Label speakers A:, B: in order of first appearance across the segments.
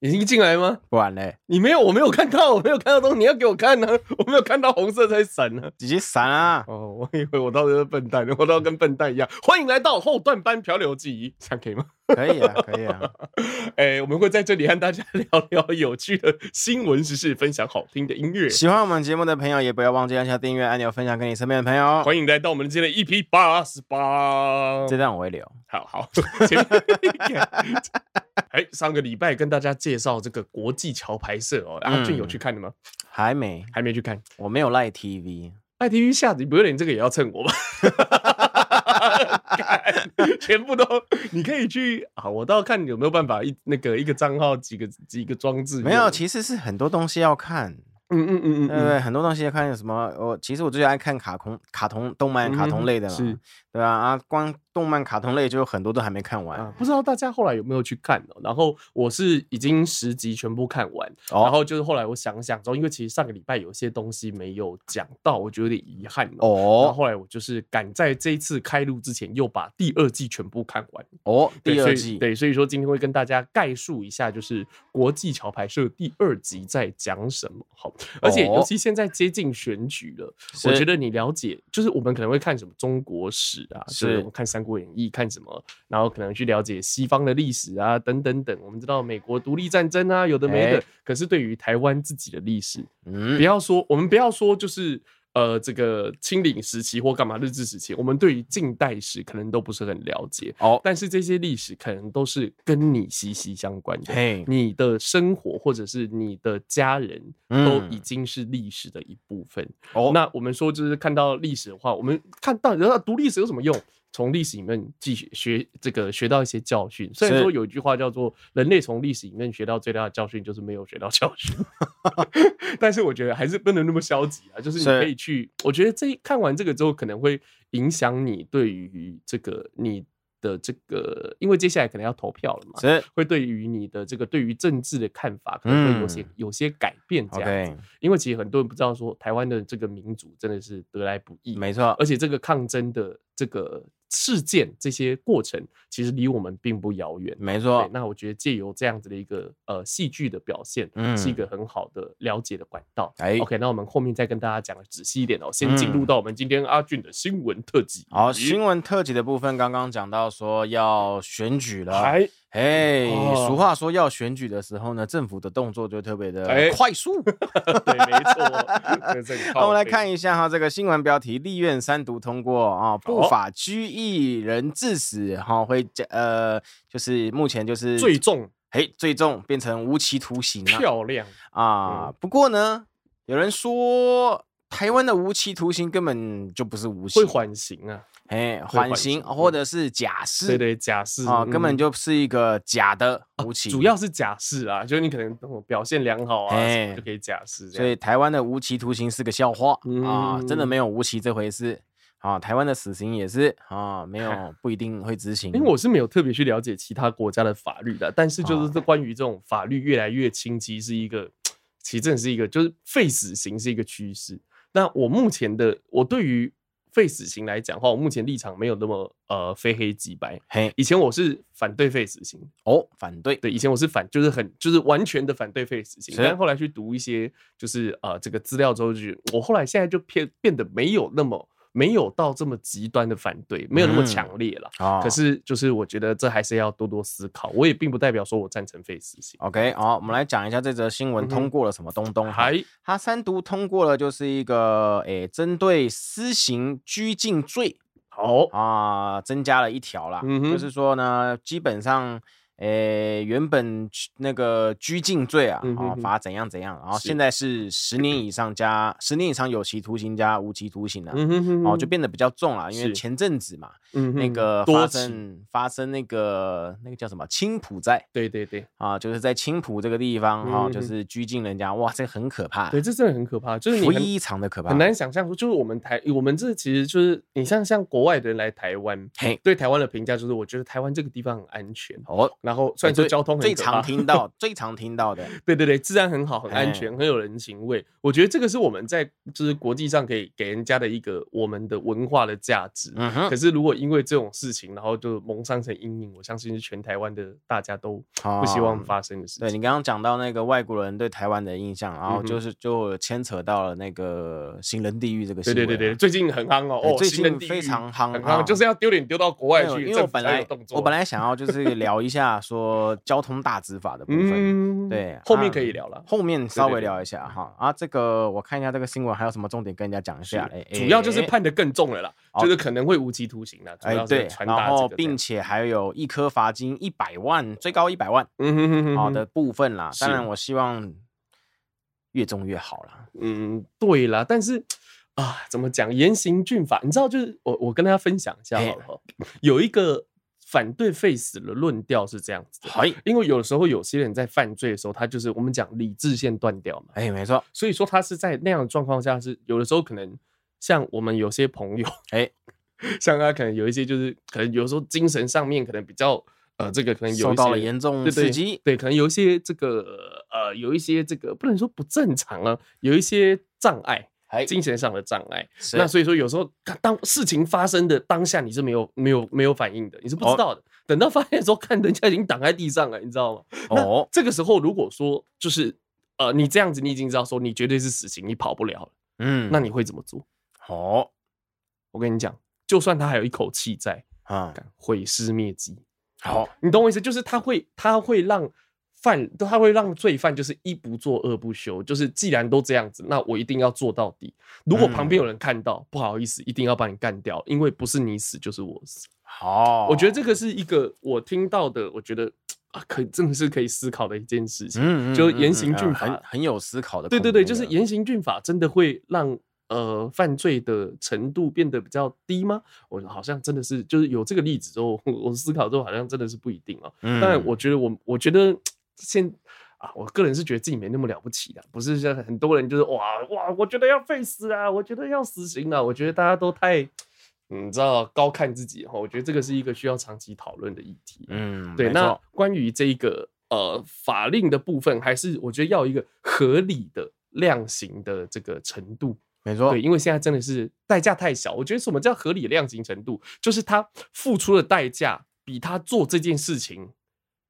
A: 已经进来吗？
B: 不然嘞，
A: 你没有，我没有看到，我没有看到东西，你要给我看呢、我没有看到红色在闪呢、
B: 直接闪啊！
A: 哦，我以为我到底是笨蛋，我到跟笨蛋一样。欢迎来到后段班漂流记，这样可以吗？
B: 可以啊，可以啊。
A: 哎、我们会在这里和大家聊聊有趣的新闻时事，分享好听的音乐。
B: 喜欢我们节目的朋友，也不要忘记按下订阅按钮，分享给你身边的朋友。
A: 欢迎来到我们今天的 EP 八十八。
B: 这段我会留。
A: 好好，前面 哎，上个礼拜跟大家介绍这个国际桥牌社哦，阿、俊有去看的吗？
B: 还没，
A: 还没去看。
B: 我没有赖 TV，
A: ITV 下集不有点这个也要蹭 我吧？干全部都，你可以去啊！我倒看有没有办法一那个一个账号几个几个装置
B: 没有，
A: 用
B: 其实是很多东西要看，
A: 嗯嗯嗯嗯
B: 对不
A: 嗯，
B: 对？很多东西要看，有什么？我其实我最爱看卡通、卡通、动漫、卡
A: 嗯
B: 通类的嘛，
A: 是
B: 对啊，啊，光动漫、卡通类就有很多都还没看完。
A: 啊，不知道大家后来有没有去看哦？然后我是已经十集全部看完，然
B: 哦
A: 后就是后来我想想之后，因为其实上个礼拜有些东西没有讲到，我觉得有点遗憾哦。然后
B: 哦
A: 后来我就是赶在这一次开录之前，又把第二季全部看完。
B: 哦，
A: 对
B: 第
A: 所
B: 二
A: 以
B: 季，
A: 对，所以说今天会跟大家概述一下，就是国际桥牌社第二集在讲什么。好，而且尤
B: 哦
A: 其现在接近选举了，我
B: 是
A: 觉得你了解，就是我们可能会看什么中国史啊，就是我们看《三国演义》，看什么，然后可能去了解西方的历史啊，等等等。我们知道美国独立战争啊，有的没的。
B: 哎
A: 可是对于台湾自己的历史，不
B: 嗯，
A: 要说我们不要说就是。呃，这个清领时期或干嘛日治时期，我们对于近代史可能都不是很了解。
B: 哦，
A: 但是这些历史可能都是跟你息息相关的，
B: 嘿，
A: 你的生活或者是你的家人都
B: 嗯
A: 已经是历史的一部分。
B: 哦，
A: 那我们说就是看到历史的话，我们看到然后读历史有什么用？从历史里面继续学这个学到一些教训。虽然
B: 是
A: 说有一句话叫做“人类从历史里面学到最大的教训就是没有学到教 训”，但是我觉得还是不能那么消极啊。就是你
B: 是
A: 可以去，我觉得这看完这个之后，可能会影响你对于这个你的这个，因为接下来可能要投票了嘛，
B: 是
A: 会对于你的这个对于政治的看法可能会有些、
B: 嗯
A: 有些改变这样子。
B: OK，
A: 因为其实很多人不知道说台湾的这个民主真的是得来不易，
B: 没错
A: 而，且这个抗争的这个事件这些过程，其实离我们并不遥远。
B: 没
A: 对
B: 错，，
A: 那我觉得借由这样子的一个呃戏剧的表现，
B: 嗯
A: 是一个很好的了解的管道。
B: 哎
A: OK，那我们后面再跟大家讲的仔细一点哦。先进入
B: 嗯
A: 到我们今天阿俊的新闻特辑。
B: 好，新闻特辑的部分刚刚讲到说要选举了，
A: 还
B: 哎，
A: 哦
B: 俗话说要选举的时候呢，政府的动作就特别的
A: 哎
B: 快 速。
A: 对，没错，哦这是很
B: 那
A: 靠
B: 我们来
A: 背
B: 看一下哈，这个新闻标题：立院三读通过啊、不法拘役人致死哈、会加呃，就是目前就是
A: 最重
B: 嘿最重变成无期徒刑了
A: 漂亮，嗯
B: 啊。不过呢，有人说台湾的无期徒刑根本就不是无期
A: 会，缓刑啊，
B: 哎，
A: 会
B: 缓
A: 缓
B: 刑
A: 刑嗯
B: 或者是假释，
A: 对对，假释
B: 啊，根
A: 嗯哦
B: 本就是一个假的无期，
A: 主要是假释啊，就是你可能哦表现良好啊，
B: 哎
A: 什么就可以假释这
B: 所
A: 样。
B: 以台湾的无期徒刑是个笑话、啊，真的
A: 嗯
B: 没有无期这回事啊。台湾的死刑也是啊，没有不一定会执行。
A: 因为我是没有特别去了解其他国家的法律的，但是就是
B: 啊
A: 这关于这种法律越来越清晰，是一个，其实真的是一个，就是废死刑是一个趋势。那我目前的我对于废死刑来讲的话，我目前立场没有那么呃非黑即白。
B: 嘿
A: 以前我是反对废死刑，
B: 哦反对
A: 对，以前我是反，就是很就是完全的反对废死刑，
B: 是
A: 但后来去读一些就是呃这个资料之后，就是我后来现在就变变得没有那么没有到这么极端的反对，没有那么
B: 嗯
A: 强烈了。
B: 啊，
A: 可是就是我觉得这还是要多多思考，我也并不代表说我赞成废死刑，
B: OK 好、我们来讲一下这则新
A: 嗯
B: 闻
A: 哼
B: 通过了什么东东哈。
A: 还
B: 它三读通过了，就是一个诶，针对私刑拘禁罪
A: 好
B: 啊，增加了一条啦。
A: 嗯哼
B: 就是说呢，基本上，诶，原本拘那个拘禁罪啊，
A: 嗯哼
B: 啊
A: 哼
B: 罚怎样怎样，然后
A: 是嗯
B: 现在是十年以上加十年以上有期徒刑加无期徒刑了、
A: 嗯哼哼
B: 哦，就变得比较重了，因为
A: 是
B: 前阵子嘛，
A: 嗯哼
B: 那个
A: 多
B: 发
A: 起，
B: 生发生那个那个叫什么青浦寨
A: 对对对
B: 啊，就是在青浦这个地方哈、
A: 嗯
B: 就
A: 哼
B: 是拘禁人家，哇，这个很可怕，
A: 对，这真的很可怕，就是你很
B: 非常的可怕，
A: 很难想象说，就是我们台我们这其实就是你像像国外的人来台湾，
B: 嘿
A: 对台湾的评价就是，我觉得台湾这个地方很安全。
B: 哦，
A: 然后虽然说
B: 最
A: 交通很
B: 最
A: 可
B: 常
A: 怕
B: 听到、最常听到的，
A: 对对对，治安很好，很安
B: 哎
A: 全，很有人情味。我觉得这个是我们在就是国际上可以给人家的一个我们的文化的价值。
B: 嗯哼
A: 可，是如果因为这种事情，然后就蒙上成阴影，我相信是全台湾的大家都不希望
B: 哦
A: 发生的事
B: 对
A: 情。
B: 你刚刚讲到那个外国人对台湾的印象，然后
A: 嗯
B: 就
A: 哼
B: 是就牵扯到了那个行人地狱这个
A: 对
B: 新
A: 对
B: 闻
A: 对对，
B: 啊
A: 最近很夯哦，
B: 对
A: 哦，
B: 最
A: 新的
B: 近
A: 地
B: 非
A: 狱
B: 常夯
A: 很
B: 啊
A: 夯，就是要丢脸丢到国外
B: 没有
A: 去，
B: 因为
A: 政
B: 我
A: 府
B: 本
A: 才有
B: 来
A: 动作啊
B: 我本来想要就是聊一下说交通大执法的部分，
A: 嗯，
B: 对
A: 后
B: 啊
A: 面可以聊了。
B: 后面稍
A: 对
B: 微
A: 对
B: 聊一下哈啊，这个我看一下这个新闻还有什么重点跟人家讲一下，哎，
A: 主要就是
B: 哎
A: 判的更重了啦，
B: 哦
A: 就是可能会无期徒刑啦。主
B: 哎
A: 要是
B: 对，
A: 传达
B: 然
A: 这
B: 后
A: 个这样
B: 并且还有一颗罚金一百万，最高一百万
A: 嗯哼哼哼
B: 好
A: 哼
B: 的部分啦，当
A: 是
B: 然我希望越重越好啦，
A: 嗯，对啦，但是啊，怎么讲严刑峻法？你知道，就是我我跟大家分享一下
B: 嘿
A: 好了哦，有一个反对 face 的论调是这样子的，
B: 哎
A: 因为有时候有些人在犯罪的时候，他就是我们讲理智线断掉嘛，
B: 哎，没错，
A: 所以说他是在那样的状况下是有的时候可能像我们有些朋友，
B: 哎，
A: 像他可能有一些就是可能有时候精神上面可能比较呃，这个可能有
B: 受
A: 一
B: 到了
A: 些
B: 严重
A: 对对
B: 嗯刺激，
A: 对，可能有一些这个呃，有一些这个不能说不正常啊，有一些障碍，
B: 哎
A: 精神上的障碍。
B: 是
A: 那所以说，有时候看当事情发生的当下，你是没有没有没有反应的，你是不
B: 哦
A: 知道的。等到发现的时候，看人家已经躺在地上了，你知道吗？
B: 哦
A: 那这个时候如果说就是呃，你这样子，你已经知道说你绝对是死刑，你跑不了了，
B: 嗯，
A: 那你会怎么做？
B: 哦
A: 我跟你讲，就算他还有一口气在，
B: 啊，
A: 干毁尸灭迹。
B: 好，
A: 你懂我意思？就是他会，他会让犯，他会让罪犯就是一不做二不休，就是既然都这样子，那我一定要做到底。如果旁边有人看到，不好意思，一定要把你干掉，因为不是你死就是我死。
B: 好，
A: 我觉得这个是一个我听到的，我觉得啊，可真的是可以思考的一件事情。
B: 嗯，嗯，
A: 就
B: 嗯
A: 严
B: 嗯
A: 刑
B: 呃
A: 峻
B: 很
A: 法
B: 很有思考的空
A: 对
B: 间
A: 对
B: 的，
A: 对，就是严刑峻法真的会让。呃，犯罪的程度变得比较低吗？我好像真的是，就是有这个例子之后，我思考之后，好像真的是不一定哦。
B: 嗯，
A: 但我觉得我我觉得现啊，我个人是觉得自己没那么了不起的，不是像很多人就是哇哇，我觉得要 face 啊，我觉得要死刑啊，我觉得大家都太。嗯你知道高看自己哈，我觉得这个是一个需要长期讨论的议题。
B: 嗯，
A: 对，
B: 没
A: 那
B: 错
A: 关于这一个呃法令的部分，还是我觉得要有一个合理的量刑的这个程度。
B: 没错，
A: 对，因为现在真的是代价太小。我觉得什么叫合理量刑程度，就是他付出的代价比他做这件事情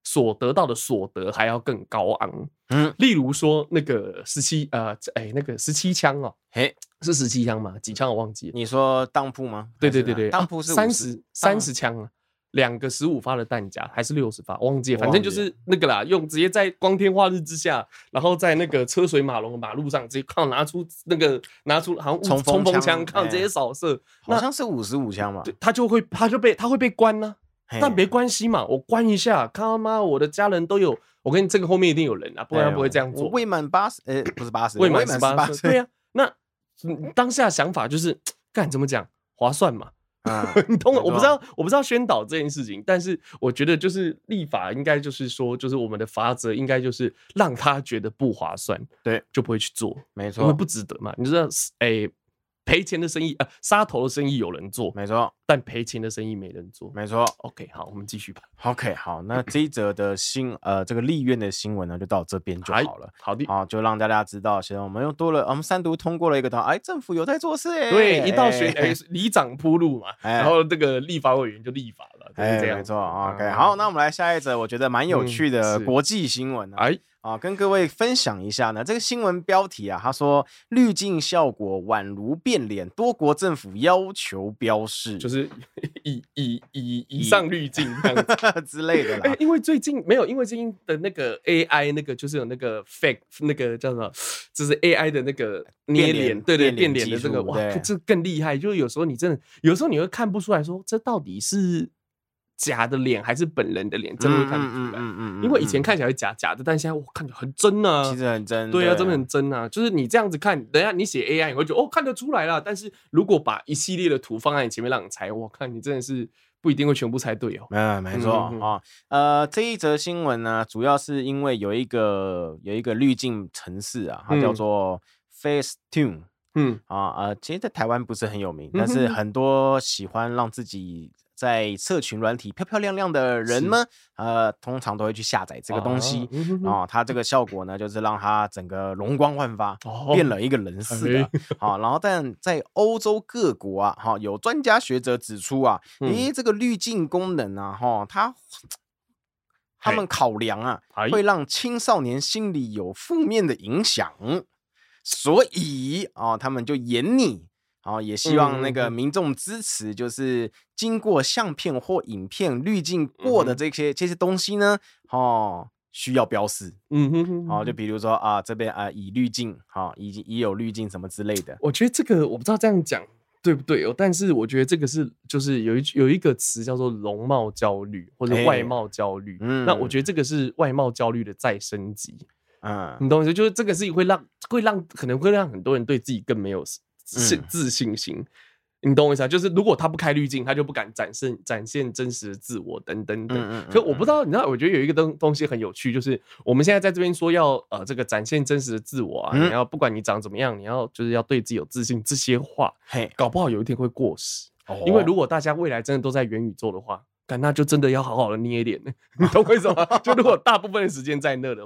A: 所得到的所得还要更高昂。
B: 嗯，
A: 例如说那个十七呃，哎，那个十七枪哦，
B: 嘿，
A: 是十七枪吗？几枪我忘记了。
B: 你说当铺吗？
A: 对
B: 还
A: 对
B: 是
A: 对
B: 哪
A: 对，
B: 当铺是嗯
A: 三
B: 50
A: 十三十枪啊。两个十五发的弹夹还是六十发，忘记了，
B: 我
A: 反正
B: 忘
A: 就
B: 记了
A: 是那个啦，用直接在光天化日之下，然后在那个车水马龙的马路上，直接靠拿出那个拿出好像
B: 冲锋
A: 冲锋
B: 枪
A: 枪，靠直
B: 哎
A: 接扫射，
B: 好像是五十五枪吧？
A: 对他就会他就被他会被关呢、
B: 嘿，
A: 但没关系嘛，我关一下，看他妈我的家人都有，我跟你这个后面一定有人啊，不然
B: 哎
A: 他不会这样做
B: 我。未满八十，呃，不是八十，
A: 未
B: 满
A: 满十八岁，
B: 岁，
A: 对呀、啊那嗯当下想法就是，干怎么讲划算嘛？
B: 啊，
A: 你懂我？
B: 没
A: 我不
B: 错
A: 知道，我不知道宣导这件事情，但是我觉得就是立法应该就是说，就是我们的法则应该就是让他觉得不划算，
B: 对，啊
A: 就不会去做，
B: 没
A: 因为
B: 错，
A: 不值得嘛。你知道，哎，赔钱的生意啊，杀头的生意有人做，
B: 没错，
A: 但赔钱的生意没人做。
B: 没错。
A: OK，好，我们继续吧。
B: OK，好，那这一则的新呃这个立院的新闻呢，就到这边就
A: 哎
B: 好了。
A: 好的，
B: 啊，就让大家知道，其实我们又多了，我们三读通过了一个党，哎，政府有在做事哎，
A: 对，一到选
B: 哎
A: 哎，里长铺路嘛，
B: 哎
A: 然后这个立法委员就立法了，就是
B: 哎，
A: 这样。啊
B: 没错，OK，好，那我们来下一则，我觉得蛮有
A: 嗯
B: 趣的
A: 是
B: 国际新闻啊，
A: 哎，
B: 啊，跟各位分享一下呢，这个新闻标题啊，他说滤镜效果宛如变脸，多国政府要求标示，
A: 就是 是以以以以上滤镜这样子。
B: 之类的
A: 哎
B: 啦，，
A: 因为最近没有，因为最近的那个 AI 那个就是有那个 fake 那个叫什么，就是 AI 的那个捏
B: 呃变脸
A: 对对，
B: 变脸
A: 变脸的这个，
B: 技术
A: 哇
B: 对，
A: 这更厉害。就是有时候你真的，有时候你会看不出来说这到底是假的脸还是本人的脸，真的会看不出来。
B: 嗯
A: 因为以前看起来是假假的，但现在我看起来很真啊。
B: 其实很真，
A: 对啊，真的很真啊！就是你这样子看，等一下你写 AI，你会觉得哦看得出来啦。但是如果把一系列的图放在你前面让你猜，我看你真的是不一定会全部猜对哦。
B: 嗯，没错啊、
A: 嗯嗯嗯
B: 呃，这一则新闻呢，主要是因为有一个有一个滤镜城市啊，它叫
A: 嗯
B: 做 Facetune，、
A: 嗯，
B: 啊呃，其实，在台湾不是很有名，
A: 嗯
B: 但是
A: 哼
B: 很多喜欢让自己在社群软体漂漂亮亮的人
A: 是
B: 呢，呃，通常都会去下载这个东西
A: 啊。嗯哼哼
B: 啊、它这个效果呢，就是让它整个容光焕发，
A: 哦
B: 变了一个人似的
A: 哎。
B: 好、然后但在欧洲各国啊，哈、有专家学者指出啊，
A: 嗯
B: 诶，这个滤镜功能啊，哈、它他
A: 嘿
B: 们考量啊，
A: 哎
B: 会让青少年心里有负面的影响，所以啊、他们就严拟。啊，也希望那
A: 嗯嗯
B: 个
A: 嗯
B: 民众支持，就是经过相片或影片滤镜过的
A: 嗯哼
B: 这些、这些东西呢，哦，需要标示。
A: 嗯哼哼，
B: 哦，就比如说啊，这边啊已滤镜，好、已经已有滤镜什么之类的。
A: 我觉得这个我不知道这样讲对不对哦，但是我觉得这个是就是有一句有一个词叫做容貌焦虑或者
B: 哎
A: 外貌焦虑，
B: 嗯
A: 那我觉得这个是外貌焦虑的再升级，
B: 嗯
A: 你懂我意思？就是这个是会让会让可能会让很多人对自己更没有自自
B: 嗯
A: 自信心。你懂我意思啊？就是如果他不开滤镜，他就不敢展现展现真实的自我，等等等。
B: 嗯
A: 可我不知道，你知道，我觉得有一个东东西很有趣，就是我们现在在这边说要呃这个展现真实的自我啊，
B: 嗯
A: 你要不管你长怎么样，你要就是要对自己有自信，这些话
B: 嘿，哦
A: 搞不好有一天会过时，因为如
B: 果
A: 果大家未来真的都在元宇宙的话。干那就真的要好好的捏脸，你懂我意思吗？ 就如果大部分的时间在那的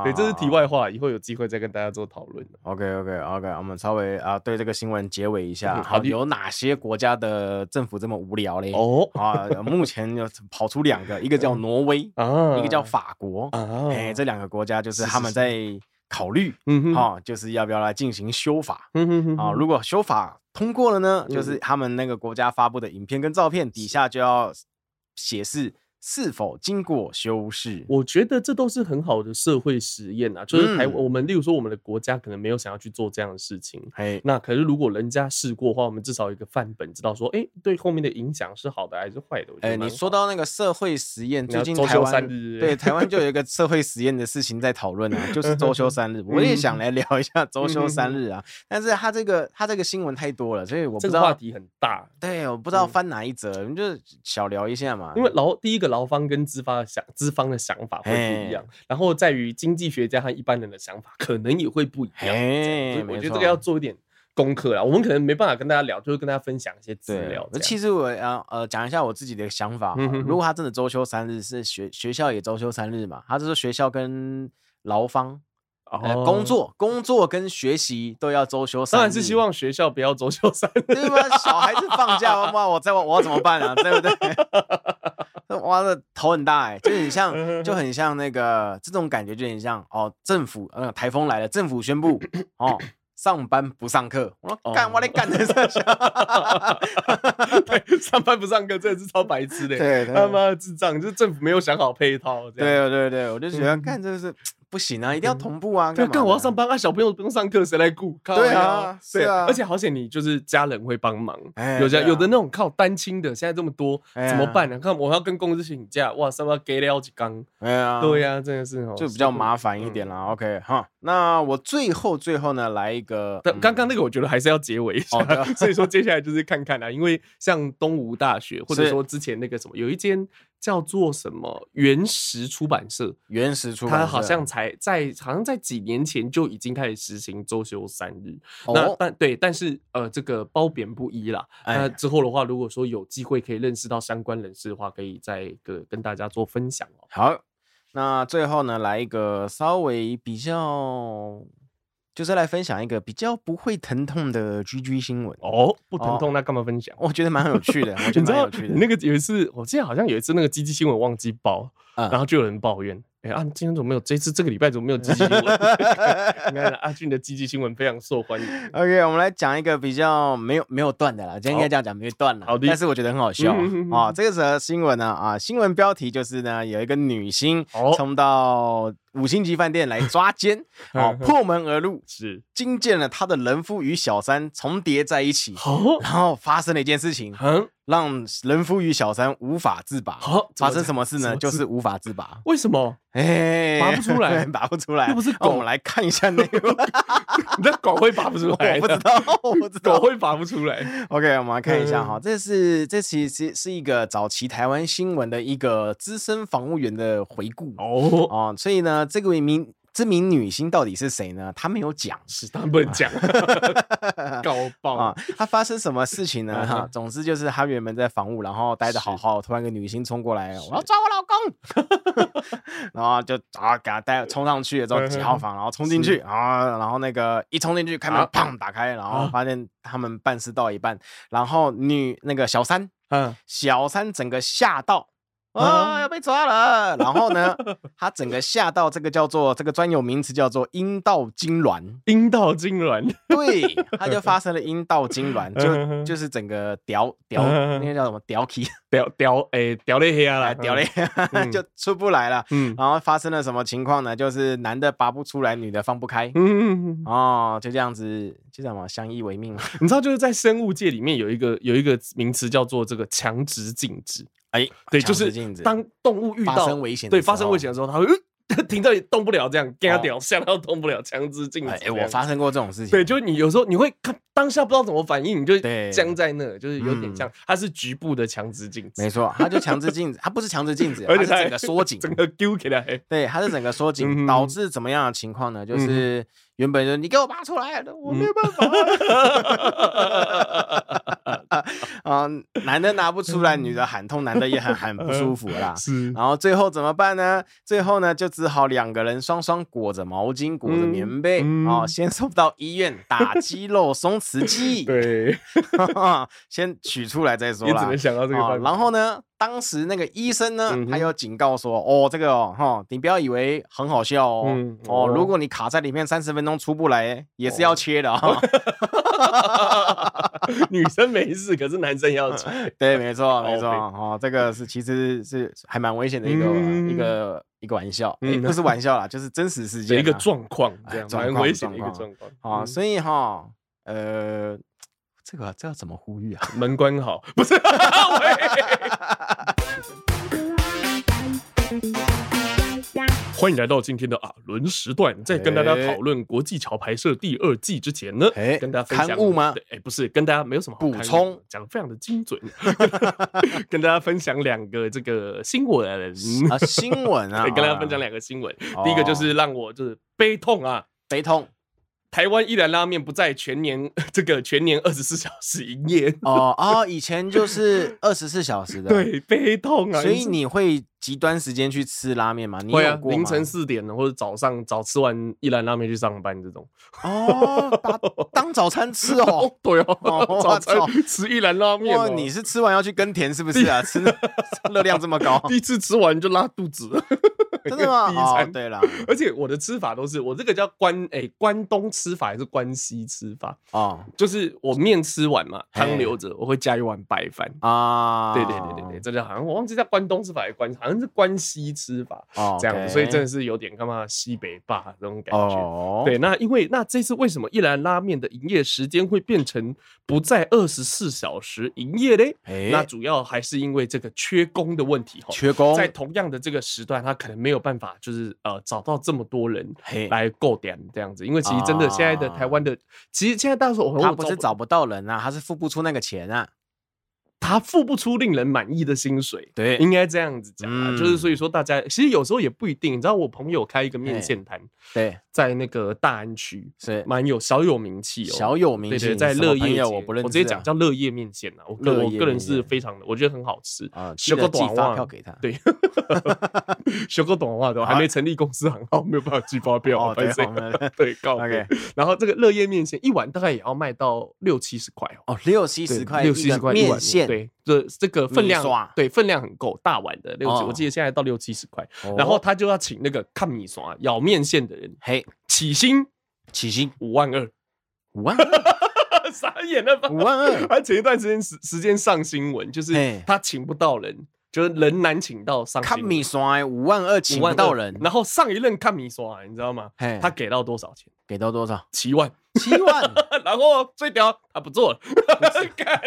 A: 话，对，这是题外话，以后有机会再跟大家做讨论。
B: OK OK OK，我们稍微啊对这个新闻结尾一下，
A: 嗯
B: 好、
A: 好的
B: 有哪些国家的政府这么无聊嘞？
A: 哦
B: 啊，目前有跑出两个，一个叫挪威，
A: 啊，
B: 一个叫法国。
A: 啊，
B: 哎，这两个国家就是
A: 是
B: 他们
A: 是
B: 在考虑，
A: 嗯哼，
B: 啊，就是要不要来进行修法。
A: 嗯哼哼
B: 啊、
A: 哼
B: 如果修法通过了呢，就
A: 嗯
B: 是他们那个国家发布的影片跟照片底下就要显示是否经过修饰。
A: 我觉得这都是很好的社会实验啊，就是台、
B: 嗯
A: 我们，例如说我们的国家可能没有想要去做这样的事情，
B: 嘿，
A: 那可是如果人家试过的话，我们至少有一个范本，知道说，哎、对后面的影响是好的还是坏的。我觉得
B: 哎，
A: 蛮
B: 你
A: 好
B: 说到那个社会实验，
A: 你
B: 最
A: 要
B: 近
A: 周
B: 台
A: 休
B: 湾
A: 三日
B: 对台湾就有 一个社会实验的事情在讨论啊，就是周休三日。我也
A: 嗯
B: 想来聊一下周休三日啊，但是他这个他这个新闻太多了，所以我不
A: 这
B: 知
A: 个话
B: 道，
A: 题很大，
B: 对，我不知道
A: 嗯
B: 翻哪一则，你就小聊一下嘛。
A: 因为劳第一个劳方跟资方的想资方的想法会不一样，然后在于经济学家和一般人的想法可能也会不一样。所
B: 嘿，
A: 以我
B: 没
A: 觉得这
B: 错
A: 个要做一点功课啦，我们可能没办法跟大家聊，就是跟大家分享一些资
B: 对
A: 料。
B: 那其实我呃呃讲一下我自己的想法好了、
A: 嗯哼
B: 如果他真的周休三日，是学学校也周休三日嘛？他就是学校跟劳方、呃工。
A: 哦
B: 作工作跟学习都要周休三
A: 当
B: 日，
A: 然是希望学校不要 周休三日。
B: 对吧？小孩子放假，哇，我在我要怎么办啊？对不对？ 哇，这头很大哎、就很
A: 嗯
B: 像，就很像那个这种感觉，就很像哦，政府呃台风来了，政府宣布哦上班不上课，我说干
A: 哦
B: 我在干的事 情，
A: 对，上班不上课，真的是超白痴的。
B: 对对
A: 他妈的智障，就是政府没有想好配套。这样，嗯
B: 对啊对对，我就觉得干这是不行啊，一定要同步啊！
A: 对，
B: 嘛
A: 干我要
B: 的
A: 上。班啊，小朋友不用上课，谁来顾？靠
B: 对啊
A: 腰
B: 是
A: 对
B: 啊
A: 而且好险你就是家人会帮忙。
B: 哎
A: 有家
B: 对啊
A: 有的那种靠单亲的，现在这么多，
B: 哎呀
A: 怎么办呢？看我要跟公司请假，哇，上班给了几缸。
B: 哎呀，
A: 对呀，嗯真的是哦，
B: 就比较麻烦一点啦。OK 哈，那我最后最后呢来一个，
A: 但刚刚那个我觉得还是要结尾一下，
B: 嗯哦对啊
A: 所以说接下来就是看看啊，因为像东吴大学或者
B: 是
A: 说之前那个什么，有一间叫做什么原石出版社，
B: 原始出版
A: 它
B: 社，
A: 好像才在好像在几年前就已经开始实行周休三日。那
B: 哦，
A: 但对，但是呃，这个褒贬不一啦。那
B: 哎
A: 之后的话，如果说有机会可以认识到相关人士的话，可以再跟跟大家做分享哦。
B: 好，那最后呢来一个稍微比较，就是来分享一个比较不会疼痛的 GG 新闻。
A: 哦，不
B: 哦
A: 疼痛，那干嘛分享？
B: 我觉得蛮有趣的，我觉
A: 你
B: 得
A: 知
B: 蛮
A: 道
B: 有趣
A: 你
B: 的。
A: 那个有一次，我记得好像有一次那个积极新闻忘记报，
B: 嗯
A: 然后就有人抱怨，哎、啊，今天怎么没有？这次这个礼拜怎么没有积极新闻？ 你看阿俊的积极新闻非常受 欢迎。
B: OK，我们来讲一个比较没有没有断的啦，今天应该这样讲，没有断了。
A: 好的
B: 但是我觉得很好笑啊、
A: 嗯嗯嗯嗯
B: 哦这个则新闻呢，啊，新闻标题就是呢，有一个女星
A: 哦
B: 冲到五星级饭店来抓 奸，
A: 嗯
B: 哦，破门而入，
A: 是，
B: 惊见了她的人夫与小三重叠在一起，
A: 好、
B: 然后发生了一件事情，
A: 嗯，
B: 让人夫与小三无法自拔。
A: 好、
B: 发生什么事
A: 什
B: 呢？
A: 么事
B: 就是无法自拔，
A: 为什么？
B: 哎，
A: 拔不出来
B: 对 拔不出来，
A: 又不是
B: 那我
A: 狗
B: 们来看一下内容，
A: 你的狗会拔不出
B: 我
A: 来的，啊
B: 不知道，我不知道
A: 狗，会拔不出 来。
B: OK，我们来看一下哈，
A: 嗯
B: 这是这其实是一个早期台湾新闻的一个资深防务员的回顾
A: 哦，
B: 哦，所以呢，这位名这名女星到底是谁呢？她没有讲
A: 是当然不 能讲，搞爆
B: 啊，她发生什么事情呢？哈、
A: 哦嗯哼
B: 总之就是她原本在房屋，然后待的好
A: 是
B: 好，突然一个女星冲过来，我要
A: 是
B: 抓我老公， 然后就啊给她带冲上去了之后
A: 嗯哼
B: 几号房，然后冲进去啊，然后那个一冲进去开门
A: 啊
B: 砰打开，然后
A: 啊
B: 发现他们办事到一半，然后女那个小三
A: 嗯，
B: 小三整个吓到。啊、
A: 啊
B: 要被抓了！然后 呢，他整个吓到这个叫做这个专有名词叫做阴道痉挛，
A: 阴道痉挛，
B: 对，他就发生了阴道痉 挛，
A: 嗯
B: 就
A: 哼
B: 就是整个屌屌
A: 嗯哼
B: 那个叫什么屌起，
A: 屌屌诶，屌嘞黑啊
B: 啊
A: 啦，
B: 屌嘞，
A: 嗯
B: 就出不来了。
A: 嗯，
B: 然后发生了什么情况呢？就是男的拔不出来，女的放不开
A: 嗯。嗯，嗯嗯
B: 哦，就这样子，就什么相依为命嘛。
A: 你知道就是在生物界里面有一个有一个名词叫做这个强直径质，
B: 哎，
A: 对，
B: 强
A: 就
B: 制
A: 是
B: 禁止
A: 当动物遇
B: 发
A: 到
B: 生危险的
A: 对
B: 时
A: 发生
B: 候
A: 危险的时候，它会、呃、停到你动不了，这样干
B: 哦
A: 掉，吓到动不了，强直径质
B: 哎，
A: 这
B: 哎
A: 样。
B: 我发生过这种事情。
A: 对，就是你有时候你会看当下不知道怎么反应，你就
B: 对
A: 僵在那，就是有点
B: 嗯
A: 像、它是局部的强直径质，
B: 没错，他就强制禁止，他不是强制禁止，
A: 而且
B: 他是
A: 它
B: 整个缩紧，
A: 整个揪起来。
B: 对，它是整个缩紧，
A: 嗯
B: 导致怎么样的情况呢？就
A: 嗯哼。
B: 是原本就是你给我拔出来，我没有办法啊啊、男的拿不出来，女的喊痛，男的也很很不舒服啦
A: 是，
B: 然后最后怎么办呢？最后呢，就只好两个人双双裹着毛巾，裹着
A: 嗯
B: 棉被，
A: 嗯
B: 哦，先送到医院 打肌肉松弛剂，
A: 对，
B: 先取出 来再说
A: 也只
B: 啦
A: 能。想到这个
B: 啊
A: 办，法。
B: 然后呢，当时那个医生呢，
A: 嗯哼
B: 他有警告说，哦，这个哦，哈，你不要以为很好笑哦，
A: 嗯
B: 哦，
A: 哦
B: 如果你卡在里面三十分钟出不来，也是要切的啊、
A: 哦女生没事，可是男生 要去。
B: 对，没错，没错，
A: 哦
B: 哦，这个是其实是还蛮危险的一个、
A: 嗯
B: 一个一个玩笑，
A: 嗯
B: 诶不是玩笑啦， 就是真实事件、
A: 的
B: 啊、
A: 一个状况，
B: 哎
A: 这样
B: 状
A: 蛮
B: 况
A: 危险的一
B: 状
A: 个
B: 况
A: 状况
B: 啊、
A: 嗯
B: 所以哈、呃，这个这要怎么呼 吁啊？
A: 门关好， 不是？喂欢迎来到今天的啊轮时
B: 哎
A: 段，在跟大家讨论国际桥牌社第二季之前呢，
B: 哎
A: 跟大家分享
B: 刊物吗
A: 对哎，不是，跟大家没有什么好
B: 补
A: 刊物
B: 充，
A: 讲的非常的精准， 跟大家分享两个这个新闻。
B: 啊，新闻 啊，
A: 对跟大家分享两个新闻，第一个就
B: 哦
A: 是让我就是悲痛啊，
B: 悲痛
A: 台湾一兰拉面不在全年 这个全年二十四小时营业，
B: 哦哦，以前就是二十四小时 的，
A: 对，悲痛啊！
B: 所以你会极端时间去吃拉面吗？你
A: 会
B: 有
A: 啊，
B: 过吗？
A: 凌晨四点或者早上早吃完一兰拉面去上班这种。
B: 哦，把当早餐吃哦。，
A: 对哦
B: 哦，我
A: 早
B: 操
A: 餐吃一兰拉面
B: 哇，
A: 哦，
B: 你是吃完要去耕 田是不是啊？吃那热量这么高，
A: 第一次吃完就拉肚子，
B: 真的 吗？
A: 第一
B: 哦
A: 餐，
B: 对啦，
A: 而且我的吃法都是我这个叫关诶、关东吃法还是关西吃法，
B: 哦
A: 就是我面吃完嘛，
B: 嘿
A: 汤留着，我会加一碗白饭。
B: 啊，
A: 对对对对对，这叫好像我忘记叫关东吃法还是关，好像是关西吃法。
B: 哦，
A: 这样子，所以真的
B: 是
A: 是有点干嘛西北霸这种感觉。
B: 哦，
A: 对，那因为那这次为什么一兰拉面的营业时间会变成不在二十四小时营业嘞？
B: 哎，
A: 那主要还是因为这个缺工的问题哈。
B: 哦缺工
A: 在同样的这个时段，他可能没有办法，就是呃找到这么多人
B: 嘿
A: 来购点这样子，因为其实真的现在的台湾的，其实现在到时候哦我
B: 啊他不是找不到人啊，他是付不出那个钱啊。
A: 他付不出令人满意的薪水，
B: 对
A: 应该这样子讲啊，就是
B: 嗯
A: 所以说大家其实有时候也不一定，你知道我朋友开一个面线摊，
B: 对，
A: 在那个大安区，
B: 是
A: 蛮有小有名气哦。
B: 小有名
A: 对
B: 气，
A: 对，在
B: 什么
A: 乐
B: 朋
A: 业
B: 友
A: 街
B: 我不认识啊，
A: 我直接讲叫乐业面线啊。我
B: 乐
A: 个我
B: 业
A: 个人
B: 面
A: 是
B: 线
A: 非常的，我觉得很好吃
B: 啊，记
A: 修
B: 得
A: 个
B: 寄
A: 短
B: 发
A: 袜
B: 票给他
A: 对，修个短 袜的，还没成立公司行号，没有办法寄发票
B: 哦
A: 啊，
B: 对
A: 拍谁
B: 我们
A: 对，告
B: OK
A: 别。然后这个乐业面线一碗大概也要卖到六七十块哦。
B: 哦，六七
A: 对
B: 十块
A: 六
B: 一
A: 七
B: 个
A: 十块一碗
B: 面
A: 面
B: 线，
A: 对，这这个分
B: 米
A: 量
B: 刷，
A: 对分量很够，大碗的六七，
B: 哦
A: 我记得现在到六七十块。
B: 哦，
A: 然后他就要请那个看米刷舀面线的人，
B: 嘿，
A: 起薪
B: 起薪
A: 五万二，
B: 五万
A: 傻眼了吧？
B: 五 万二
A: 他啊前一段时间时时间上新闻，就是
B: 哎
A: 他请不到人，就是人难请到上
B: 看
A: 新
B: 米
A: 闻。
B: 刷五万二请不
A: 52,000
B: 到人，
A: 然后上一任看米刷，你知道吗
B: 嘿？
A: 他给到多少钱？
B: 给到多少？
A: 七万。
B: 七万，
A: 然后最屌，他不做了， 干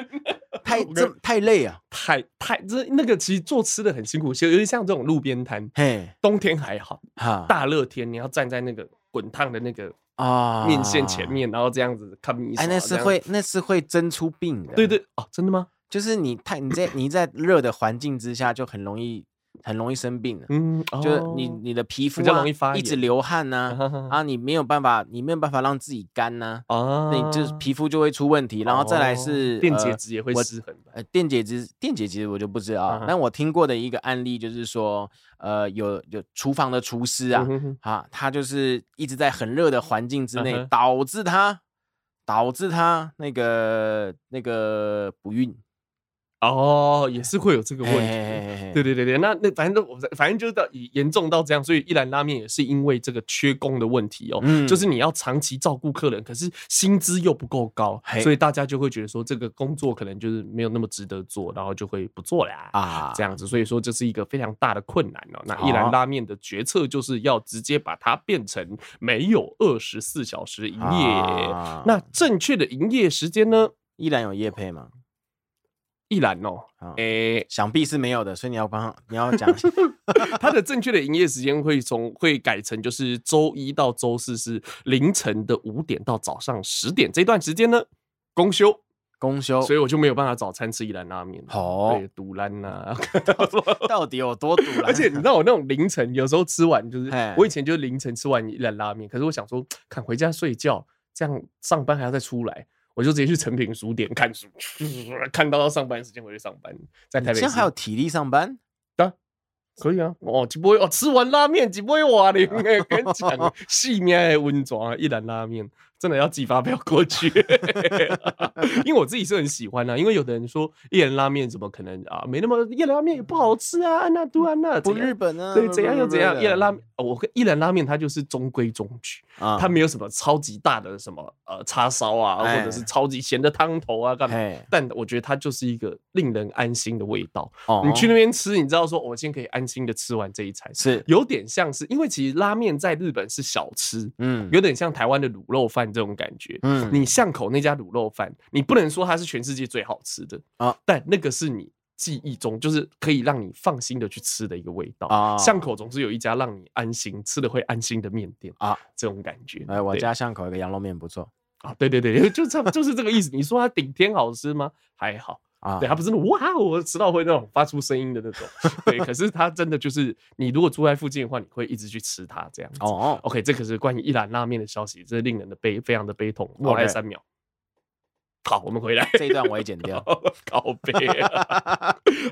B: 太
A: 我
B: 这太累啊！
A: 太太这那个其实做吃的很辛苦，尤其像这种路边摊，
B: 嘿，
A: 冬天还好，
B: 哈
A: 大热天你要站在那个滚烫的那个
B: 啊
A: 面线前。面，然后这样子看米刷，
B: 哎，那是
A: 这样
B: 会，那是会蒸出病的。
A: 对，对哦，真的吗？
B: 就是你太你在你在热的环境之下，就很容易很容易生病的，
A: 嗯，
B: 就是
A: 哦
B: 你你的皮肤、啊、
A: 比较容易发
B: 一直
A: 炎
B: 流汗呐、啊，
A: 啊
B: 你没有办法，你没有办法让自己干呐、
A: 啊
B: 那你就是皮肤就会出问题，然后再来是、
A: 哦电
B: 呃
A: 解质也会
B: 我
A: 失衡吧。
B: 呃，电解质，电解质我就不知道啊
A: 嗯，哼
B: 但我听过的一个案例就是说，呃，有有厨房的厨师啊
A: 嗯，哼哼
B: 啊，他就是一直在很热的环境之
A: 嗯
B: 内，
A: 哼
B: 导致他导致他那个那个不孕
A: 哦，也是会有这个问题
B: 哎哎
A: 的。
B: 哎哎哎
A: 对对对对，那那反正我反正就是到以严重到这样，所以一兰拉面也是因为这个缺工的问题哦，
B: 嗯
A: 就是你要长期照顾客人，可是薪资又不够高，
B: 嘿
A: 所以大家就会觉得说这个工作可能就是没有那么值得做，然后就会不做啦。
B: 啊，
A: 这样子，所以说这是一个非常大的困难哦。那
B: 好
A: 一兰拉面的决策就是要直接把它变成没有二十四小时营业。
B: 啊
A: 那正确的营业时间呢？
B: 依然有叶配吗？
A: 一兰哦，
B: 啊，
A: 诶、
B: 想必是没有的，所以你要帮他你要讲
A: 它的正确的营业时间会从会改成就是周一到周四是凌晨的五点到早上十点这段时间呢，公休，
B: 公休，
A: 所以我就没有办法早餐吃一兰拉面了。
B: 好
A: 对，独兰呐、
B: 到底有多毒啦？
A: 而且你知道我那种凌晨有时候吃完就是
B: 嘿，
A: 我以前就是凌晨吃完一兰拉面，可是我想说，看回家睡觉，这样上班还要再出来。我就直接去诚品书店看书， 看到到上班时间回去上班，在台北
B: 你这
A: 市。
B: 样还有体力上班？
A: 可以啊，哦，一杯哦，吃完拉面一杯瓦零哎，跟你讲，细面的温床啊，一兰拉面真的要寄发票过去，因为我自己是很喜欢啊，因为有的人说一兰拉面怎么可能啊，没那么一兰拉面也不好吃啊，安娜都安娜
B: 不
A: 怎样
B: 日本啊呢？
A: 对怎样又怎样，一兰拉
B: 面
A: 面，哦我跟一兰拉面它就是中规中矩，
B: 啊
A: 它没有什么超级大的什么呃叉烧啊，
B: 哎
A: 或者是超级咸的汤头啊干嘛，
B: 嘿
A: 但我觉得它就是一个令人安心的味道。
B: 哦
A: 你去那边吃，你知道说，我今天可以安心的吃完这一餐，
B: 是
A: 有点像是，因为其实拉面在日本是小吃，
B: 嗯
A: 有点像台湾的卤肉饭这种感觉。
B: 嗯
A: 你巷口那家卤肉饭，你不能说它是全世界最好吃的
B: 啊
A: 啊，但那个是你记忆中就是可以让你放心的去吃的一个味道。
B: 啊
A: 巷口总是有一家让你安心吃的会安心的面店
B: 啊
A: 啊，这种感觉。
B: 哎，我
A: 对
B: 家巷口有个羊肉面不错
A: 啊，对对对，就差不就是这个意思。你说它顶天好吃吗？还好。
B: 啊
A: 对，它不是那种哇哦，我吃到会那种发出声音的那种。对，可是它真的就是，你如果住在附近的话，你会一直去吃它这样子。
B: 哦
A: OK，这可是关于一兰拉面的消息，这是令人的悲，非常的悲痛。我
B: OK
A: 还三秒。好，我们回来。。
B: 这一段我也剪掉
A: 告别。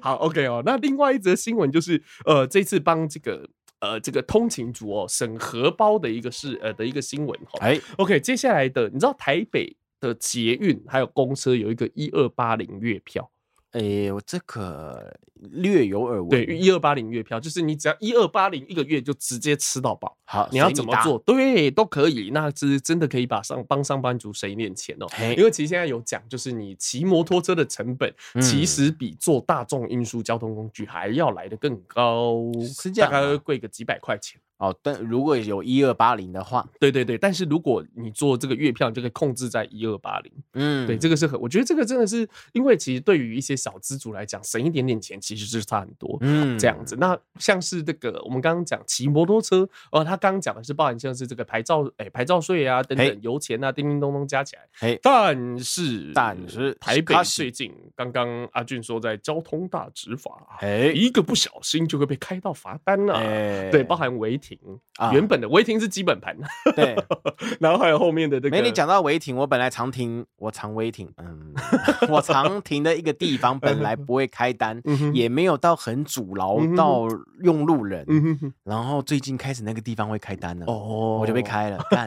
A: 好，OK 哦。那另外一则新闻就是，呃，这次帮这个呃这个通勤族哦审核包的一个事呃的一个新闻哈、哦。
B: 哎，
A: OK，接下来的你知道台北的捷运还有公车有一个一二八零月票，
B: 诶，哎我这个略有耳闻。
A: 对，一二八零月票就是你只要一二八零一个月就直接吃到饱，
B: 好，
A: 你要
B: 随
A: 怎么
B: 搭？
A: 做？对，都可以。那是真的可以把上帮上班族省一点钱哦。
B: 嘿
A: 因为其实现在有讲，就是你骑摩托车的成本
B: 嗯
A: 其实比坐大众运输交通工具还要来得更高，
B: 是这样
A: 大概会
B: 啊
A: 贵个几百块钱。
B: 哦，但如果有一二八零的话，
A: 对对对，但是如果你做这个月票，你就可以控制在一二八零。
B: 嗯，
A: 对，这个是很，我觉得这个真的是，因为其实对于一些小资族来讲，省一点点钱其实是差很多。
B: 嗯
A: 这样子，那像是这个我们刚刚讲骑摩托车，呃，他刚刚讲的是包含像是这个牌照，哎、牌照税啊等
B: 嘿
A: 等油钱啊，叮叮咚咚加起来。
B: 嘿
A: 但是，
B: 但是
A: 台北
B: 卡西
A: 最近刚刚阿俊说在交通大执法，
B: 哎
A: 一个不小心就会被开到罚单了、
B: 哎
A: 啊对，包含违停，
B: 啊
A: 原本的违停是基本盘，
B: 对，
A: 然后还有后面的这个。
B: 没你讲到违停，我本来常停，我常违停，嗯， 我常停的一个地方本来不会开单，
A: 嗯哼
B: 也没有到很阻挠
A: 嗯哼
B: 到用路人，
A: 嗯哼哼，
B: 然后最近开始那个地方会开单了，
A: 哦
B: 我就被开了， 干，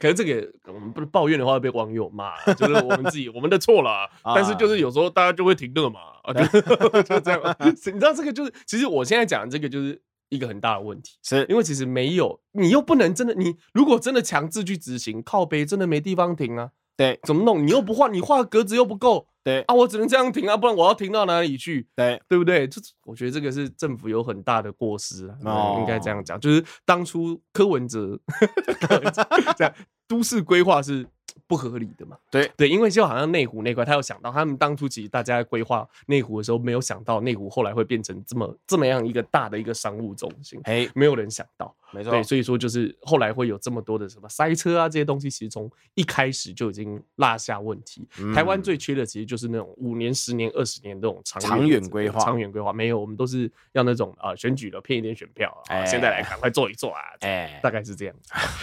A: 可是这个我们不是抱怨的话，会被网友骂，啊 就是我们自己我们的错啦。
B: 啊
A: 但是就是有时候大家就会停顿嘛，啊，就就 这样。你知道这个就是，其实我现在讲的这个就是一个很大的问题，
B: 是
A: 因为其实没有你又不能真的，你如果真的强制去执行，靠背真的没地方停啊，
B: 对
A: 怎么弄？你又不画，你画的格子又不够
B: 对
A: 啊，我只能这样停啊，不然我要停到哪里去？
B: 对，
A: 对不对？这我觉得这个是政府有很大的过失啊，
B: 哦
A: 应该这样 讲。就是当初柯文哲，柯文哲这样都市规划是不合理的嘛。
B: 对
A: 对，因为就好像内湖那块，他有想到他们当初其实大家在规划内湖的时候，没有想到内湖后来会变成这么这么样一个大的一个商务中心，
B: 嘿，
A: 没有人想到。
B: 没错，
A: 对，所以说就是后来会有这么多的什么塞车啊这些东西，其实从一开始就已经落下问题。台湾
B: 嗯
A: 最缺的其实就是那种五年、十年、二十年这种长
B: 长远
A: 的
B: 规划
A: 长远规划没有，我们都是要那种啊、呃选举了骗一点选票啊，
B: 哎
A: 现在来赶快做一做啊，
B: 哎，
A: 大概是这样。